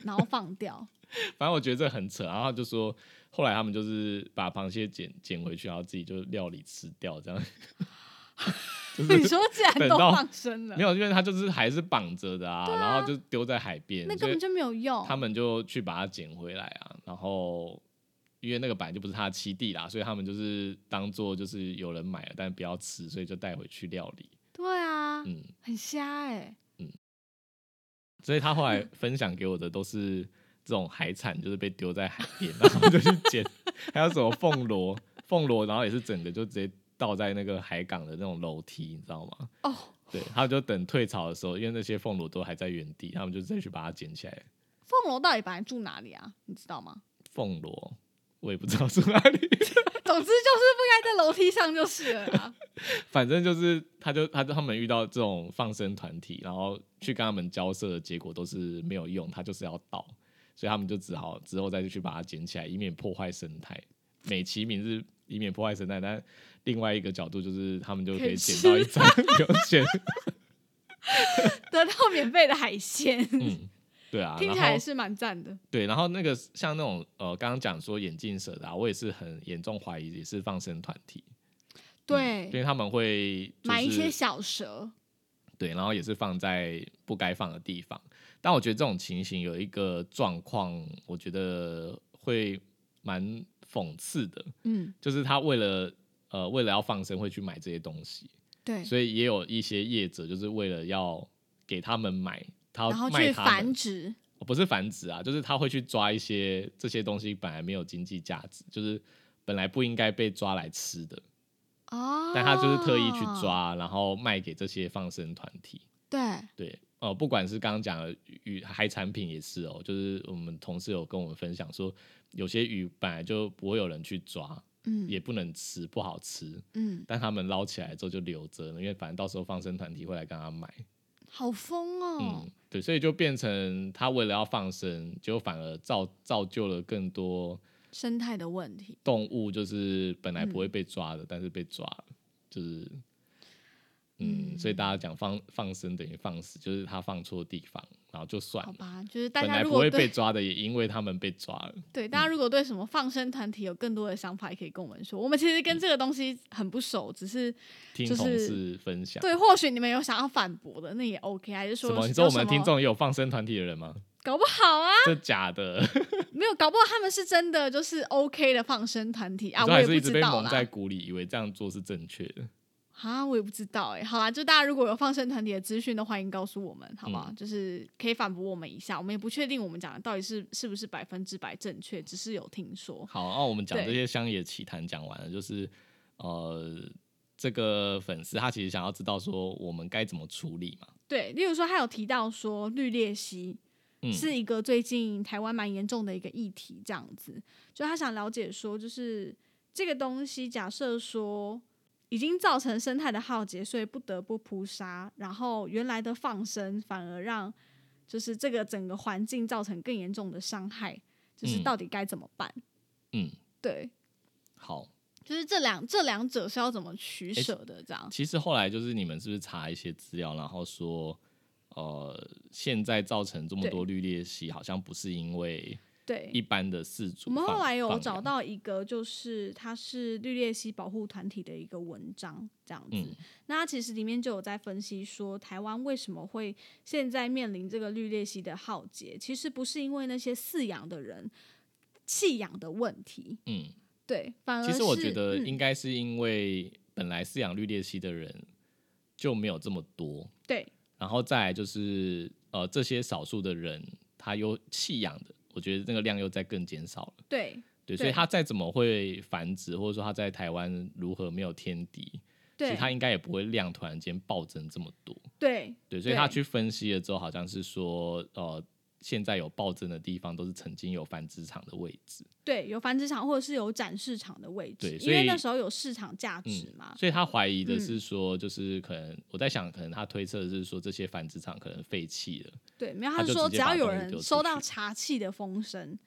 A: 然后放掉。
B: 反正我觉得这很扯。啊然后他就说，后来他们就是把螃蟹捡捡回去，然后自己就料理吃掉，这样就 是
A: 你说既然
B: 等
A: 都
B: 到
A: 放生了
B: 没，有，因为它就是还是绑着的啊，然后就丢在海边，
A: 那
B: 所
A: 根
B: 以
A: 本就没有用。
B: 他们就去把它捡回来啊，然后。因为那个本来就不是他的七弟啦，所以他们就是当做就是有人买了，但不要吃，所以就带回去料理。
A: 对啊，
B: 嗯，
A: 很瞎哎、
B: 所以他后来分享给我的都是这种海产，就是被丢在海边，然后就去捡， 还有什么凤螺，凤螺，然后也是整个就直接倒在那个海港的那种楼梯，你知道吗？
A: 哦，
B: 对，他们就等退潮的时候，因为那些凤螺都还在原地，他们就再去把它捡起来。
A: 凤楼到底本来住哪里啊？你知道吗？
B: 凤螺，我也不知道住哪
A: 总
B: 里，
A: 之就是不该在楼梯上就是了啦。
B: 反正就是他就他就他们遇到这种放生团体，然后去跟他们交涉的结果都是没有用，他就是要倒，所以他们就只好之后再去把它捡起来，以免破坏生态。美其名是以免破坏生态，但另外一个角度就是他们就可
A: 可
B: 以
A: 以
B: 捡
A: 吃
B: 到一张有 钱，
A: 得到免费的海鲜，
B: 嗯，对啊，
A: 听
B: 然
A: 起来
B: 后嗯
A: 也是蛮赞的。
B: 对，然后那个像那种呃，刚刚讲说眼镜蛇的、啊，我也是很严重怀疑也是放生团体，
A: 对，
B: 因为他们会、就是、
A: 买一些小蛇，
B: 对，然后也是放在不该放的地方。但我觉得这种情形有一个状况，我觉得会蛮讽刺的，
A: 嗯，
B: 就是他为了呃为了要放生会去买这些东西，
A: 对，
B: 所以也有一些业者就是为了要给他们买，他
A: 然
B: 要
A: 后
B: 卖
A: 去
B: 他
A: 繁
B: 们，
A: 殖，
B: 哦不是繁殖啊，就是他会去抓一些这些东西本来没有经济价值，就是本来不应该被抓来吃的，
A: 哦，
B: 但他就是特意去，
A: 啊
B: 抓，然后卖给这些放生团体。
A: 对，
B: 对，呃，不管是刚刚讲的鱼海产品也是哦，就是我们同事有跟我们分享说，有些鱼本来就不会有人去抓，
A: 嗯
B: 也不能吃，不好吃，
A: 嗯，
B: 但他们捞起来之后就留着了，因为反正到时候放生团体会来跟他买，
A: 好疯哦
B: 嗯，，对，所以就变成他为了要放生，就反而造造就了更多
A: 生态的问题，
B: 动物，就是本来不
A: 嗯
B: 会被抓的，但是被抓了，就是。嗯，所以大家讲放放生等于放死，就是他放错地方，然后就算
A: 好
B: 了。
A: 吧，就是大
B: 本
A: 家
B: 来
A: 如
B: 不
A: 果
B: 会被嗯
A: 对
B: 抓的，也因为他们被抓了。
A: 对大家如果对什么放生团体有更多的想法，也可以跟我们说。我们其实
B: 嗯
A: 跟这个东西很不熟，只是
B: 听
A: 就是
B: 同事分享，
A: 对，或许你们有想要反驳的，那也 OK，还啊是说
B: 什么？
A: 有
B: 你说我
A: 什
B: 们
A: 么
B: 听众也有放生团体的人吗？
A: 搞不好啊，
B: 这假的，
A: 没有搞不好他们是真的就是 OK 的放生团体啊，
B: 你说
A: 我
B: 还
A: 也
B: 是一
A: 不
B: 直
A: 知
B: 被
A: 道
B: 蒙
A: 啦。
B: 在鼓里，以为这样做是正确的。
A: 啊，我也不知道哎、好啦，就大家如果有放生团体的资讯，都欢迎告诉我们，好不好？就是可以反驳我们一下，我们也不确定我们讲的到底是是不是百分之百正确，只是有听说。
B: 好，那我们讲
A: 对
B: 这些乡野奇谈讲完了，就是呃，这个粉丝他其实想要知道说我们该怎么处理嘛。
A: 对，例如说他有提到说绿鬣蜥
B: 嗯，
A: 是一个最近台湾蛮严重的一个议题，这样子，就他想了解说，就是这个东西假设说已经造成生态的浩劫，所以不得不扑杀，然后原来的放生反而让就是这个整个环境造成更严重的伤害，就是
B: 嗯
A: 到底该怎么办？
B: 嗯，
A: 对，
B: 好，
A: 就是这两这两者是要怎么取舍的？这样，
B: 其实后来就是你们是不是查一些资料，然后说，呃，现在造成这么
A: 对
B: 多绿鬣蜥，好像不是因为
A: 对，
B: 一般的饲主
A: 我
B: 放。
A: 们后来有
B: 放
A: 找
B: 养
A: 到一个，就是它是绿鬣蜥保护团体的一个文章，这样子。
B: 嗯
A: 那它其实里面就有在分析说，台湾为什么会现在面临这个绿鬣蜥的浩劫，其实不是因为那些饲养的人弃养的问题，
B: 嗯，
A: 对，反而
B: 其
A: 是
B: 实我觉得
A: 嗯
B: 应该是因为本来饲养绿鬣蜥的人就没有这么多，
A: 对
B: 然后再来就是呃这些少数的人他又弃养的，我觉得那个量又在更减少了。
A: 对
B: 对，所以
A: 对
B: 他再怎么会繁殖，或者说他在台湾如何没有天敌，其实
A: 对
B: 他应该也不会量突然间暴增这么多。
A: 对
B: 对，所以他
A: 对
B: 去分析了之后，好像是说呃现在有暴增的地方都是曾经有繁殖场的位置。
A: 对，有繁殖场或者是有展市场的位置因
B: 对，
A: 为
B: 所以嗯
A: 那时候有市场价值嘛，
B: 所以他怀疑
A: 嗯
B: 的是说，就是可能我在想，可能他推测的是说这些繁殖场可能废弃了，
A: 对，没有，
B: 他
A: 他是
B: 就
A: 说
B: 直接
A: 只要
B: 把
A: 有
B: 东西丢
A: 人
B: 出
A: 收到
B: 去
A: 查气的风声，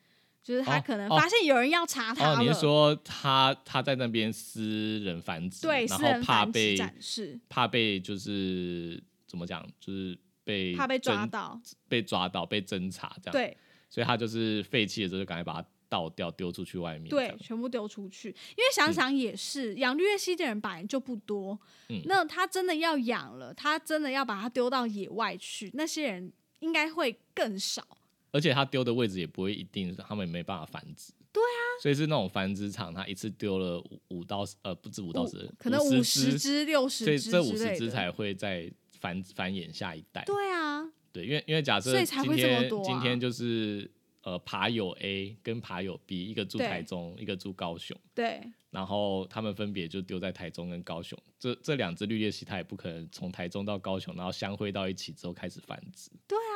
A: 就是他
B: 哦
A: 可能
B: 哦
A: 发现有人要查他
B: 哦，
A: 了，
B: 你是说他他在那边私人繁殖，
A: 对，
B: 然
A: 私
B: 后
A: 人
B: 怕
A: 繁
B: 被
A: 殖展示，
B: 怕被就是怎么讲，就是被
A: 怕被抓
B: 侦
A: 到，
B: 被抓到被侦查这样，
A: 对
B: 所以他就是废弃了之后就赶快把它倒掉丢出去外面。这
A: 对
B: 样，
A: 全部丢出去。因为想想也是，养绿叶蜥的人本来就不多，
B: 嗯
A: 那他真的要养了，他真的要把它丢到野外去，那些人应该会更少。
B: 而且它丢的位置也不会一定，他们也没办法繁殖。
A: 对
B: 啊，所以是那种繁殖场，它一次丢了五五到十呃不止五到十
A: 五，可能五十
B: 50
A: 只、六十
B: 所以
A: 只
B: 这五
A: 之
B: 十
A: 类
B: 只
A: 的。
B: 才会再繁繁衍下一代。
A: 对啊，
B: 对，因为因为假设
A: 所以
B: 今
A: 才会这么
B: 天、
A: 多啊
B: 今天就是呃爬友 A 跟爬友 B，一个住
A: 对
B: 台中，一个住高雄，
A: 对
B: 然后他们分别就丢在台中跟高雄。这这两只绿鬣蜥它也不可能从台中到高雄，然后相会到一起之后开始繁殖。
A: 对
B: 啊，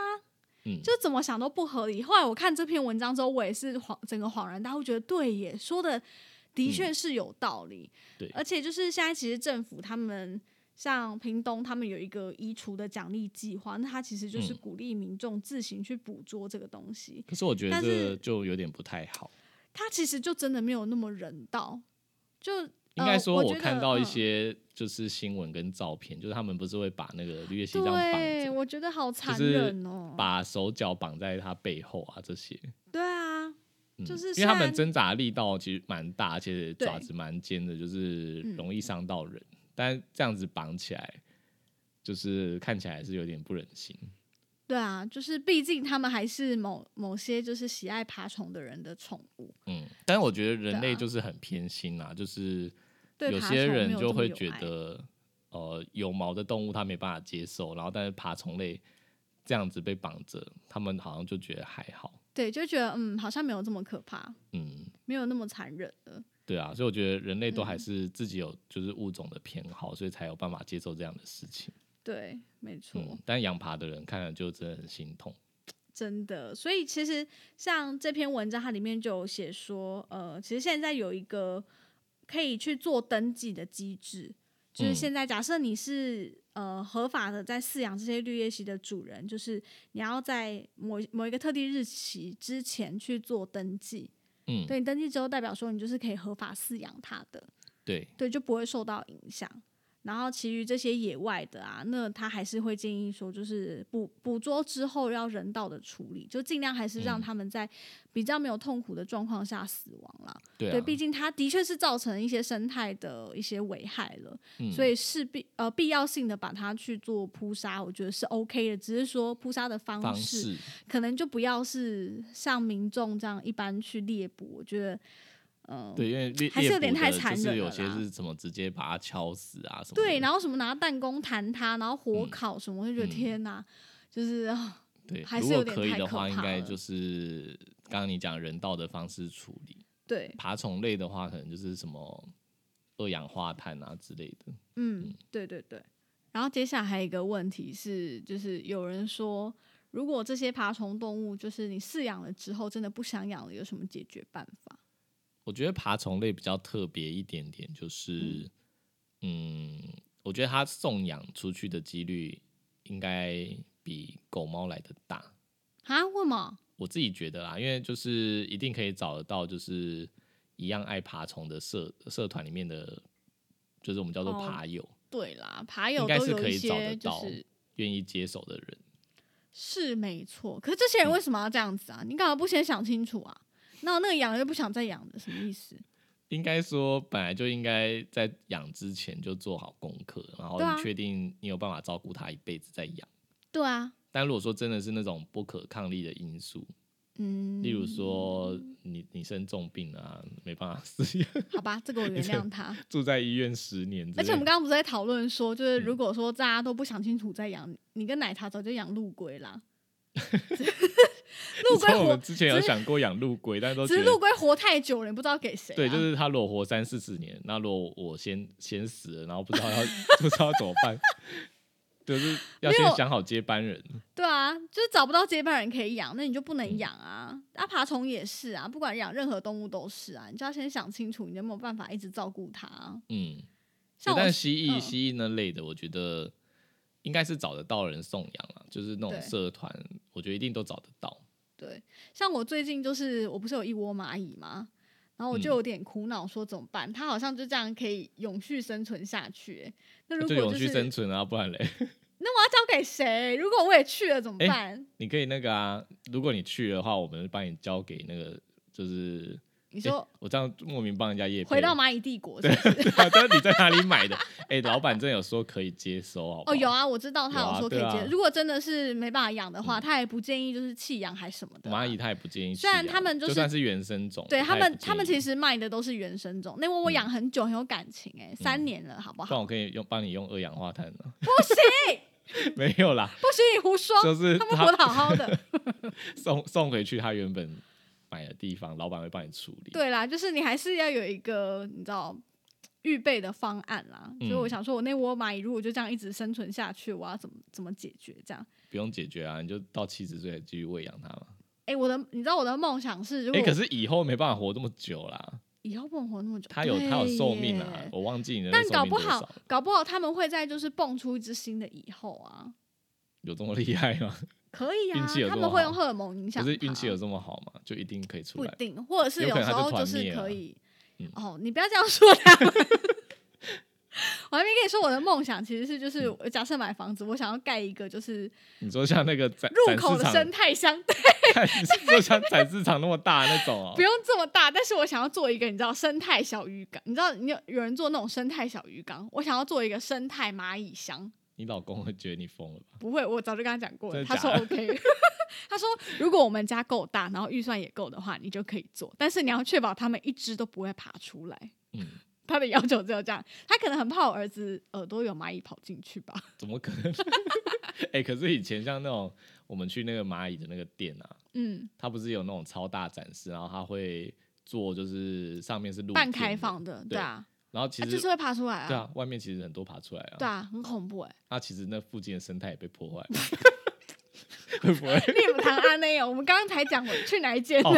B: 嗯，
A: 就怎么想都不合理。后来我看这篇文章之后，我也是恍整个恍然大悟，觉得对耶，说的的确是有道理。
B: 对
A: 而且就是现在其实政府他们像屏东，他们有一个移除的奖励计划，那它其实就是
B: 嗯
A: 鼓励民众自行去捕捉这个东西。
B: 可是我觉得
A: 但
B: 这
A: 是
B: 个就有点不太好。
A: 它其实就真的没有那么人道，就。
B: 应该说，
A: 呃、
B: 我
A: 觉得
B: 看到一
A: 嗯
B: 些就是新闻跟照片，就是他们不是会把那个绿鬣蜥这样绑
A: 对，
B: 着，
A: 我觉得好残
B: 是
A: 忍哦、
B: 把手脚绑在它背后啊这些。
A: 对啊，
B: 嗯
A: 就是
B: 因为
A: 虽
B: 他们
A: 然
B: 挣扎力道其实蛮大，而且
A: 对嗯
B: 爪子蛮尖的，就是容易伤到人。但这样子绑起来，就是看起来还是有点不忍心。
A: 对啊，就是毕竟他们还是某某些就是喜爱爬虫的人的宠物，
B: 嗯，但是我觉得人
A: 对
B: 类
A: 啊
B: 就是很偏心啊，就是
A: 对
B: 有
A: 爬
B: 些
A: 虫没
B: 人
A: 有
B: 就
A: 这么
B: 会
A: 有
B: 觉
A: 爱
B: 得，呃，有毛的动物他没办法接受，然后但是爬虫类这样子被绑着，他们好像就觉得还好。
A: 对，就觉得嗯，好像没有这么可怕，
B: 嗯，
A: 没有那么残忍了。
B: 对啊，所以我觉得人类
A: 嗯
B: 都还是自己有就是物种的偏好，所以才有办法接受这样的事情。
A: 对，没错，
B: 嗯，但养爬的人看了就真的很心痛。
A: 真的。所以其实像这篇文章，它里面就有写说，呃，其实现在有一个可以去做登记的机制，就是
B: 嗯
A: 现在假设你是呃合法的在饲养这些绿叶蜥的主人，就是你要在某某一个特定日期之前去做登记。
B: 嗯，
A: 对你登记之后，代表说你就是可以合法饲养它的，
B: 对
A: 对，就不会受到影响。然后其余这些野外的啊，那他还是会建议说，就是捕捕捉之后要人道的处理，就尽量还是让
B: 嗯
A: 他们在比较没有痛苦的状况下死亡啦。
B: 对啊，
A: 对，毕竟它的确是造成一些生态的一些危害了，
B: 嗯
A: 所以是必呃必要性的把它去做扑杀，我觉得是 OK 的。只是说扑杀的
B: 方式
A: 可能就不要是像民众这样一般去猎捕，我觉得，呃，
B: 对，因为猎
A: 还是有
B: 猎
A: 点
B: 捕
A: 太
B: 的
A: 残
B: 就是
A: 忍
B: 有
A: 了
B: 些
A: 啦
B: 是怎么直接把它敲死啊什么的。
A: 对，然后什么拿弹弓弹它，然后火
B: 嗯
A: 烤什么，我就觉得
B: 嗯
A: 天哪，就是啊
B: 对，
A: 还
B: 如
A: 是有
B: 果
A: 点
B: 可以
A: 太
B: 的
A: 可
B: 话，应
A: 怕
B: 该
A: 了
B: 就是刚刚你讲人道的方式处理。
A: 对，
B: 爬虫类的话，可能就是什么二氧化碳啊之类的。
A: 嗯，对对对。然后接下来还有一个问题是，就是有人说，如果这些爬虫动物就是你饲养了之后真的不想养了，有什么解决办法？
B: 我觉得爬虫类比较特别一点点，就是嗯我觉得它送养出去的几率应该比狗猫来的大。
A: 啊？为什么？
B: 我自己觉得啦，因为就是一定可以找得到，就是一样爱爬虫的社社团里面的，就是我们叫做
A: 哦
B: 爬友，
A: 对啦，爬
B: 应
A: 友
B: 该
A: 都
B: 是
A: 有
B: 可
A: 一
B: 以找得
A: 些就
B: 到
A: 是
B: 愿意接手的人。
A: 是没错，可是这些
B: 嗯
A: 人为什么要这样子啊？你干嘛不先想清楚啊？那那个养了又不想再养的，什么意思？
B: 应该说，本来就应该在养之前就做好功课，然后
A: 对啊
B: 你确定你有办法照顾它一辈子再养。
A: 对啊，
B: 但如果说真的是那种不可抗力的因素，
A: 嗯，
B: 例如说你你生重病啊，没办法 饲养，
A: 好吧， 这个我原谅他。
B: 住在医院十年之类的，
A: 而且我们刚刚不是在讨论说，就是
B: 嗯
A: 如果说大家都不想清楚再养，你跟奶茶早就养陆龟 啦。陆
B: 你知道
A: 龟
B: 我
A: 活
B: 们，之前有
A: 只是
B: 想过养陆龟，但是都
A: 只
B: 觉
A: 是
B: 得
A: 陆龟活太久了，你不知道给谁、啊。
B: 对，就是他如果活三四十年，那如果我先先死了，然后不知道要不知道怎么办，就是要
A: 没
B: 先
A: 有
B: 想好接班人。
A: 对啊，就是找不到接班人可以养，那你就不
B: 嗯
A: 能养啊。那、爬虫也是啊，不管养任何动物都是啊，你就要先想清楚，你有没有办法一直照顾它啊、
B: 嗯，
A: 像我
B: 但蜥蜴、
A: 嗯
B: 蜥蜴那类的，我觉得应该是找得到人送养了，就是那
A: 对
B: 种社团，我觉得一定都找得到。
A: 对，像我最近就是我不是有一窝蚂蚁吗？然后我就
B: 嗯
A: 有点苦恼，说怎么办？它好像就这样可以永续生存下去、欸那如
B: 哦就
A: 果
B: 永
A: 就
B: 续
A: 是
B: 生存啊，不然嘞，
A: 那我要交给谁？如果我也去了怎么
B: 哎
A: 办？
B: 你可以那个啊，如果你去的话，我们帮你交给那个就是
A: 你说
B: 我这样莫名帮人家夜
A: 回 到蚂蚁帝国是不是
B: 但是你在哪里买的？ 哎、老板真的有说可以接收，好不好
A: 哦，有，啊，我知道他
B: 有
A: 有
B: 啊
A: 说可以
B: 对
A: 接。
B: 啊嗯
A: 如果真的是没办法养的话，他也不建议就是弃养还是什么的啊、
B: 蚂蚁他也不建议吃
A: 虽
B: 啊。
A: 然他们就
B: 就是算是原生种，
A: 对他们，他们其
B: 实。
A: 实卖的都是原生种。那窝
B: 嗯
A: 我养很久，很有感情哎、三年了，好不
B: 不
A: 好？
B: 然我可以用帮你用二氧化碳呢、
A: 不行，
B: 没有啦，
A: 不许你胡说，
B: 就是
A: 他们活得好好 的。
B: 送送回去他原本买的地方，老板会帮你处理。
A: 对啦，就是你还是要有一个你知道预备的方案啦。所以我
B: 嗯
A: 想说，我那窝蚂蚁如果就这样一直生存下去，我要怎么怎么解决这样？
B: 不用解决啊，你就到七十岁继续喂养它嘛。
A: 哎、我的你知道我的梦想是，如
B: 哎、
A: 果
B: 可是以后没办法活这么久啦，
A: 以后不能活那么久，
B: 它有它有
A: 对
B: 寿命啊
A: 耶，
B: 我忘记你的
A: 但
B: 寿
A: 搞
B: 命
A: 不
B: 多少
A: 好，
B: 了，
A: 搞不好他们会在就是蹦出一只新的以后啊，
B: 有这么厉害吗？
A: 可以啊
B: 运气有，这
A: 他
B: 么
A: 们会
B: 好
A: 用荷尔蒙影响
B: 可
A: 它，
B: 是运气有这么好吗？就一定可以出
A: 不一
B: 来？
A: 定，或者是
B: 有可能
A: 时
B: 它就
A: 候就
B: 团
A: 是
B: 灭
A: 可
B: 了
A: 以
B: 嗯。
A: 哦，你不要这样说他们。 我还没跟你说，我的梦想其实是就是，
B: 嗯
A: 我假设买房子，我想要盖一个就是
B: 你说像那个展
A: 入
B: 展
A: 口
B: 市
A: 的
B: 场，
A: 生态箱，对，
B: 看你是说像展市 场那么大那种哦、
A: 不用这么大，但是我想要做一个你知道生态小鱼缸，你知道你有有人做那种生态小鱼缸，我想要做一个生态蚂蚁箱，
B: 你老公会觉得你疯了吧？
A: 不会，我早就跟他讲过了，
B: 真的
A: 他说
B: 假
A: OK。他 说如果我们家够大，然后预算也够的话，你就可以做，但是你要确保他们一只都不会爬出来。
B: 嗯，
A: 他的要求只有这样，他可能很怕我儿子耳朵有蚂蚁跑进去 吧？
B: 怎么可能？哎、可是以前像那种我们去那个蚂蚁的那个店啊，
A: 嗯，
B: 它不是有那种超大展示，然后它会做就是上面是露
A: 半
B: 天
A: 开
B: 的，
A: 放的，对啊，
B: 然后其
A: 他
B: 实、
A: 就是会爬出来啊，
B: 对啊，外面其实很多爬出来啊，
A: 对啊，很恐怖哎、
B: 那其实那附近的生态也被破坏 了，会不会？
A: 你们谈安内哦，我们刚刚才讲我去哪一间呢？
B: 哦，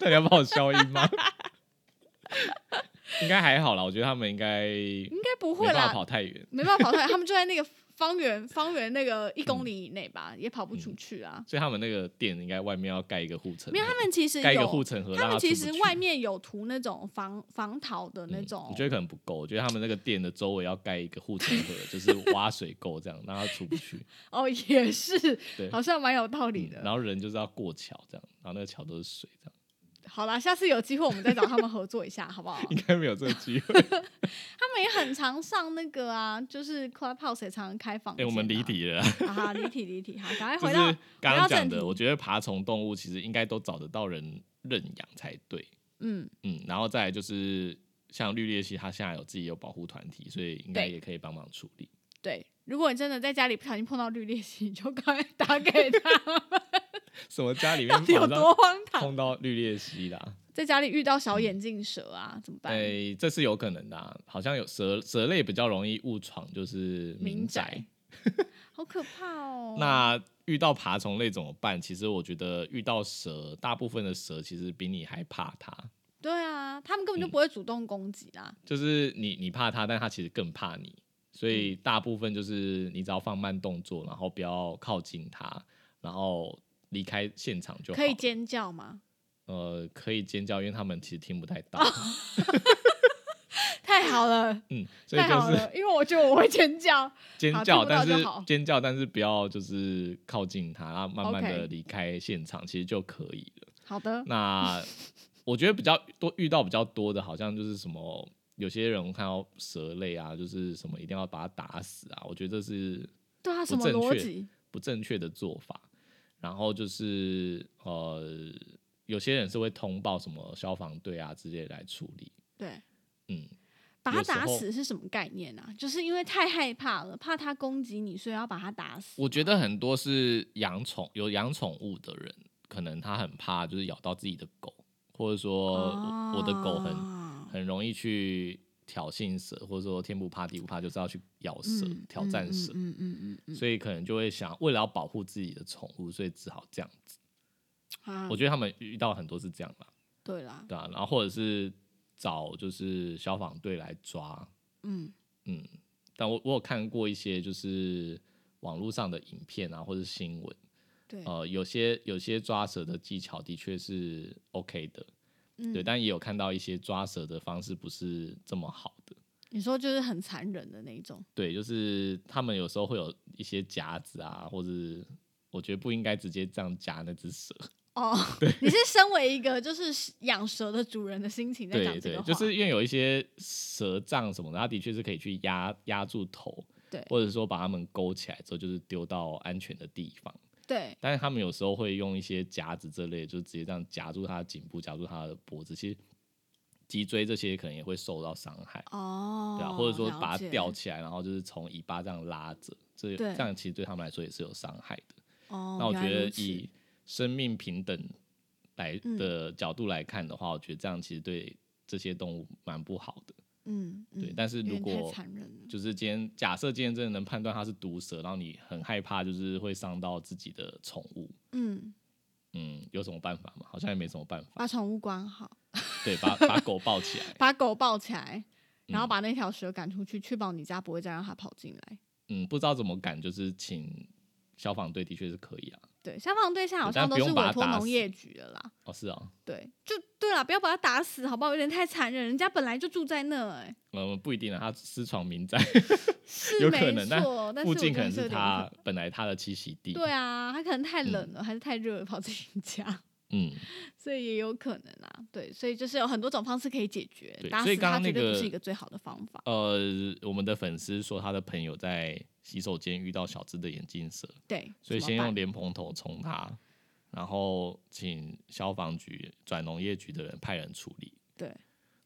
B: 那你要帮我消音吗？ 应该还好啦，我觉得他们应该
A: 应该不
B: 没
A: 嗯会
B: 办
A: 啦
B: 法，跑太远，
A: 没办法跑出来，他们就在那个方圆方圆那个一
B: 嗯
A: 公里以内吧，也跑不出去啊。
B: 所以他们那个店应该外面要盖一个护城河，
A: 没有，他们其实
B: 盖一个
A: 有
B: 护城河，
A: 他
B: 让
A: 们其
B: 出不
A: 实
B: 去
A: 外面有涂那种防防桃的那种
B: 嗯，我觉得可能不够，我觉得他们那个店的周围要盖一个护城 河，就是挖水沟这样，让它出不去。
A: 哦，也是
B: 对，
A: 好像蛮有道理
B: 嗯
A: 的。
B: 然后人就是要过桥这样，然后那个桥都是水这样，
A: 好啦，下次有机会我们再找他们合作一下，好不好？
B: 应该没有这个 机会。
A: 他们也很常上那个啊，就是 Clubhouse 也常常开房
B: 哎、
A: 间啊、
B: 我们离题了啦，
A: 啊哈，离题离题，好，赶快
B: 就
A: 回
B: 是
A: 到、
B: 刚刚讲
A: 正
B: 的，
A: 题
B: 我觉得爬虫动物其实应该都找得到人认养才对。
A: 嗯，
B: 嗯，然后再来就是像绿鬣蜥，它现在有自己有保护团体，所以应该
A: 对
B: 也可以帮忙处理。
A: 对。如果你真的在家里不小心碰到绿鬣蜥，你就赶快打给他，
B: 什 么家里
A: 到
B: 面
A: 底有
B: 跑到
A: 多荒唐？
B: 碰到绿鬣蜥啊啦？
A: 在家里遇到
B: 嗯
A: 小眼镜蛇啊，怎么办？
B: 哎、这是有可能的啊、好像有蛇蛇类比较容易误闯，就是
A: 民
B: 宅。
A: 宅，好可怕哦。
B: 那遇到爬虫类怎么办？其实我觉得遇到蛇，大部分的蛇其实比你还怕它。
A: 对啊，他们根本
B: 嗯
A: 就不会主动攻击啦。
B: 就是你你怕它，但它其实更怕你。所以
A: 嗯
B: 大部分就是你只要放慢动作，然后不要靠近它，然后离开现场就好。
A: 可以尖叫吗？
B: 呃，可以尖叫，因为他们其实听不太到。
A: 哦太好了，
B: 嗯， 所以
A: 太好
B: 就是
A: 了，因为我觉得我会尖叫。
B: 尖
A: 好
B: 叫，
A: 听不到
B: 但
A: 就是好
B: 尖叫，但是不要就是靠近它，然后慢慢
A: OK
B: 的离开现场其实就可以了。
A: 好的，
B: 那我觉得比较多遇到比较多的，好像就是什么，有些人看到蛇类啊，就是什么一定要把它打死啊，我觉得这是
A: 对啊，
B: 不
A: 什么
B: 正
A: 逻
B: 确
A: 辑？
B: 不正确的做法。然后就是呃，有些人是会通报什么消防队啊之类来处理。
A: 对，
B: 嗯，
A: 把它
B: 有时
A: 打
B: 候
A: 死是什么概念啊？就是因为太害怕了，怕它攻击你，所以要把它打死。
B: 我觉得很多是养宠有养宠物的人，可能他很怕就是咬到自己的狗，或者说我我的狗很
A: 啊
B: 很容易去挑衅蛇，或者说天不怕地不怕，就是要去咬蛇、
A: 嗯
B: 挑战蛇，
A: 嗯嗯嗯嗯嗯
B: 所以可能就会想，为了要保护自己的宠物，所以只好这样子。
A: 嗯啊
B: 我觉得他们遇到很多是这样吧，
A: 对啦，
B: 对啊，然后或者是找就是消防队来抓，
A: 嗯，
B: 嗯，但我我有看过一些就是网络上的影片啊，或者是新闻，
A: 对，
B: 呃，有些有些抓蛇的技巧的确是 OK 的，
A: 嗯
B: 对，但也有看到一些抓蛇的方式不是这么好的。
A: 你说就是很残忍的那一种。
B: 对，就是他们有时候会有一些夹子啊，或者我觉得不应该直接这样夹那只蛇，
A: 哦， 你是身为一个就是养蛇的主人的心情在讲
B: 对
A: 这
B: 对
A: 个，话，
B: 就是因为有一些蛇杖什么的，它的确是可以去压压住头，
A: 对
B: 或者说把它们勾起来之后，就是丢到安全的地方。
A: 对
B: 但是他们有时候会用一些夹子这类，就直接这样夹住它的颈部，夹住它的脖子，其实脊椎这些可能也会受到伤害，
A: 哦，
B: 对啊，或者说
A: 了
B: 把它
A: 解
B: 吊起来，然后就是从尾巴这样拉着，这
A: 对
B: 这样其实对他们来说也是有伤害的。
A: 哦，
B: 那我觉
A: 原来
B: 得
A: 如此
B: 以生命平等来
A: 嗯
B: 的角度来看的话，我觉得这样其实对这些动物蛮不好的。
A: 嗯
B: 对，
A: 嗯
B: 但是
A: 有
B: 如
A: 点太
B: 果
A: 残忍了，
B: 就是今天假设今天真的能判断它是毒蛇，然后你很害怕，就是会伤到自己的宠物，
A: 嗯，
B: 嗯，有什么办法吗？好像也没什么办法。
A: 把宠物关好，
B: 对，把把狗抱起来，
A: 把狗抱起来，然后
B: 嗯
A: 把那条蛇赶出去，确保你家不会再让它跑进来。
B: 嗯，不知道怎么赶，就是请消防队的确是可以啊。
A: 对，消防对象好像
B: 但
A: 都
B: 不用
A: 是
B: 把
A: 委
B: 它
A: 托
B: 打
A: 农
B: 死
A: 业局的啦。
B: 哦，是啊，
A: 对，就对啦，不要把它打死，好不好？有点太残忍，人家本来就住在那、欸，
B: 嗯，不一定啊，它私闯民宅，
A: 是
B: 有
A: 没
B: 可能但
A: 错，但是
B: 附
A: 我真
B: 近可
A: 的
B: 能
A: 是有
B: 是
A: 点
B: 它本来它的栖息地。
A: 对，啊，它可能太
B: 嗯
A: 冷了，还是太热了，跑自己家，
B: 嗯，
A: 所以也有可能啊。对，所以就是有很多种方式可以解决，
B: 对
A: 打
B: 所
A: 死
B: 以刚
A: 它
B: 刚
A: 绝
B: 那
A: 对不
B: 个
A: 是一个最好的方法。
B: 呃，我们的粉丝说他的朋友在洗手间遇到小只的眼镜蛇，
A: 对，
B: 所以
A: 怎么
B: 先用
A: 办
B: 莲蓬头冲它，然后请消防局转农业局的人派人处理。
A: 对，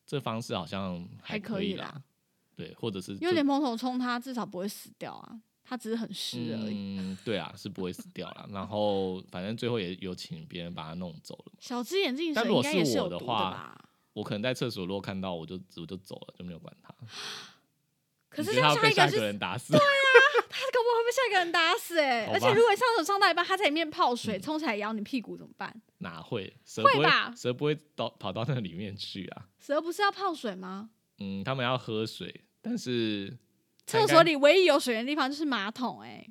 B: 这方式好像
A: 还可
B: 可
A: 以
B: 以
A: 啦
B: 啦。对，或者是
A: 用
B: 就
A: 莲蓬头冲它，至少不会死掉啊，它只是很湿而已。
B: 嗯，对啊，是不会死掉啦。然后反正最后也有请别人把它弄走了。
A: 小只眼镜
B: 但
A: 蛇
B: 如
A: 应
B: 果
A: 该
B: 是
A: 也是
B: 我
A: 有
B: 的
A: 毒
B: 话
A: 吧？
B: 我可能在厕所如果看到，我就我就走了，就没有管它。
A: 可
B: 你
A: 是
B: 觉得
A: 像
B: 它
A: 下
B: 被
A: 一个
B: 下
A: 是啊
B: 一个人打死，
A: 他搞不好会被下一个人打死哎、
B: 好吧
A: 而且如果上手上到一半，他在里面泡水冲起来咬你屁股怎么办？
B: 哪会蛇
A: 会
B: 不
A: 吧
B: 会蛇不会到跑到那里面去啊？
A: 蛇不是要泡水吗？
B: 嗯，他们要喝水，但是
A: 厕所里唯一有水源的地方就是马桶哎、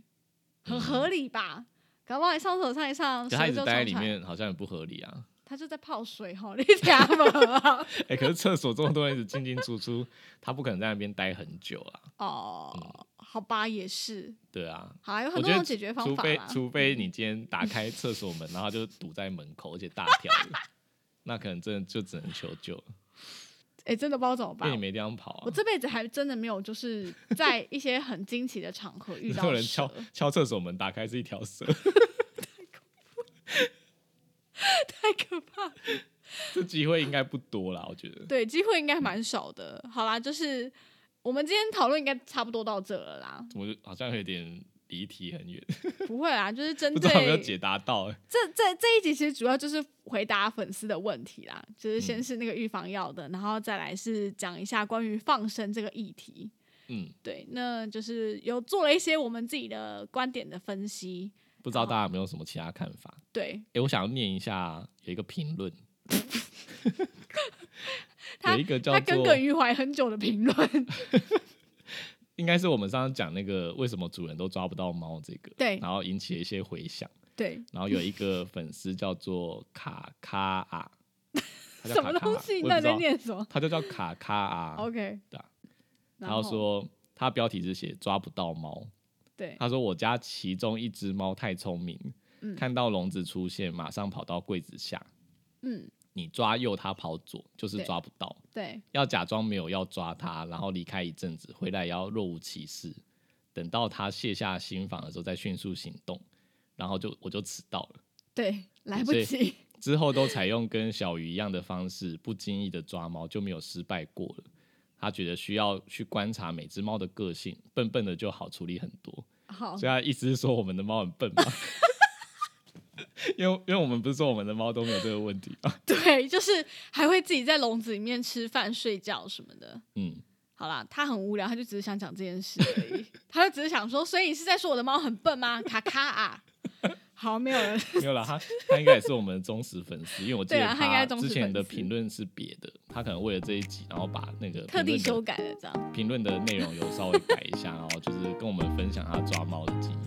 A: 很合理吧？搞不好你上手上一上，
B: 就他
A: 哦蛇
B: 一直
A: 就
B: 待在
A: 冲
B: 里
A: 出来，
B: 面，好像也不合理啊。
A: 他就在泡水吼，你啊假吗？
B: 哎、可是厕所这么多人一直进进出出，他不可能在那边待很久啊。
A: 哦，好吧，也是，
B: 对啊，
A: 好啊，有很
B: 我
A: 多
B: 觉
A: 种
B: 得
A: 解决方
B: 除
A: 法
B: 非
A: 啦。
B: 除非你今天打开厕所门，然后就堵在门口，而且大条的，那可能真的就只能求救了，
A: 哎、真的不知道怎么
B: 因为你
A: 办。
B: 没地方跑啊
A: 我。这辈子还真的没有， 就是在一些很惊奇的场合遇到
B: 有人
A: 蛇
B: 敲敲厕所门，打开是一 条蛇，
A: 太可怕了。
B: 这机会应该不多啦，我觉得。。
A: 对，机会应该蛮少的。好啦，就是我们今天讨论应该差不多到这了啦
B: 我就好像有点离题很远，
A: 不会啦，就是针
B: 不
A: 嗯
B: 知
A: 对
B: 道有没有解答到、欸。
A: 这这这一集，其实主要就是回答粉丝的问题啦。就是
B: 嗯
A: 先是那个预防药的，然后再来是讲一下关于放生这个议题。
B: 嗯，
A: 对，那就是有做了一些我们自己的观点的分析。
B: 不知道大家有没有什么其他看法？
A: 对
B: 哎、我想要念一下有一个评论，
A: 他
B: 有一个叫
A: 他
B: 做
A: 耿耿于怀很久的评论，
B: 应该是我们上次讲那个为什么主人都抓不到猫这个，
A: 对
B: 然后引起了一些回响。
A: 对，
B: 然后有一个粉丝叫做卡卡啊，他叫
A: 什么
B: 卡卡啊
A: 东西？
B: 我
A: 那
B: 也
A: 你在
B: 不知道
A: 念什么
B: 他就叫卡卡啊。
A: ？OK，
B: 对啊然
A: 哦
B: 后说他的标题是写抓不到猫，
A: 对，
B: 他说我家其中一只猫太聪明，
A: 嗯
B: 看到笼子出现马上跑到柜子下，
A: 嗯，
B: 你抓右它跑左，就是
A: 对
B: 抓不到。
A: 对，
B: 要假装没有要抓它，然后离开一阵子，回来也要若无其事。等到它卸下心防的时候，再迅速行动，然后就我就迟到了。
A: 对，来不
B: 所以
A: 及。
B: 之后都采用跟小鱼一样的方式，不经意的抓猫就没有失败过了。他觉得需要去观察每只猫的个性，笨笨的就好处理很多。
A: 好
B: 所以，他意思是说我们的猫很笨吗？ 因为因为我们不是说我们的猫都没有这个问题吗？
A: 对，就是还会自己在笼子里面吃饭、睡觉什么的。
B: 嗯，
A: 好啦，他很无聊，他就只是想讲这件事而已。 他就只是想说，所以你是在说我的猫很笨吗？卡卡啊！好，没有 了。
B: 没有啦，他他应该也是我们的忠实粉丝，因为我记
A: 对
B: 得
A: 啊他应该是忠实
B: 之前的
A: 粉丝
B: 评论是别的，他可能为了这一集，然后把那个
A: 特地
B: 评
A: 修
B: 论的
A: 改了这样。
B: 评论的内容有稍微改一下，然后就是跟我们分享他抓猫的经验。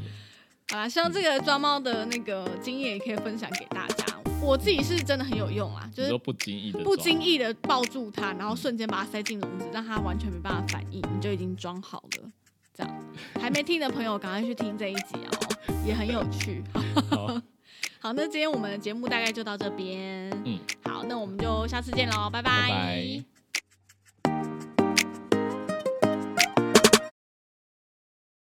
A: 好啦，希望这个抓猫的那个经验也可以分享给大家。我自己是真的很有用啦，就
B: 你
A: 是
B: 说不经意的，
A: 不经意的抱住它，然后瞬间把它塞进笼子，让它完全没办法反应，你就已经装好了。这样，还没听的朋友赶快去听这一集哦，也很有趣。
B: 好，
A: 好，那今天我们的节目大概就到这边。
B: 嗯，
A: 好，那我们就下次见喽，拜
B: 拜拜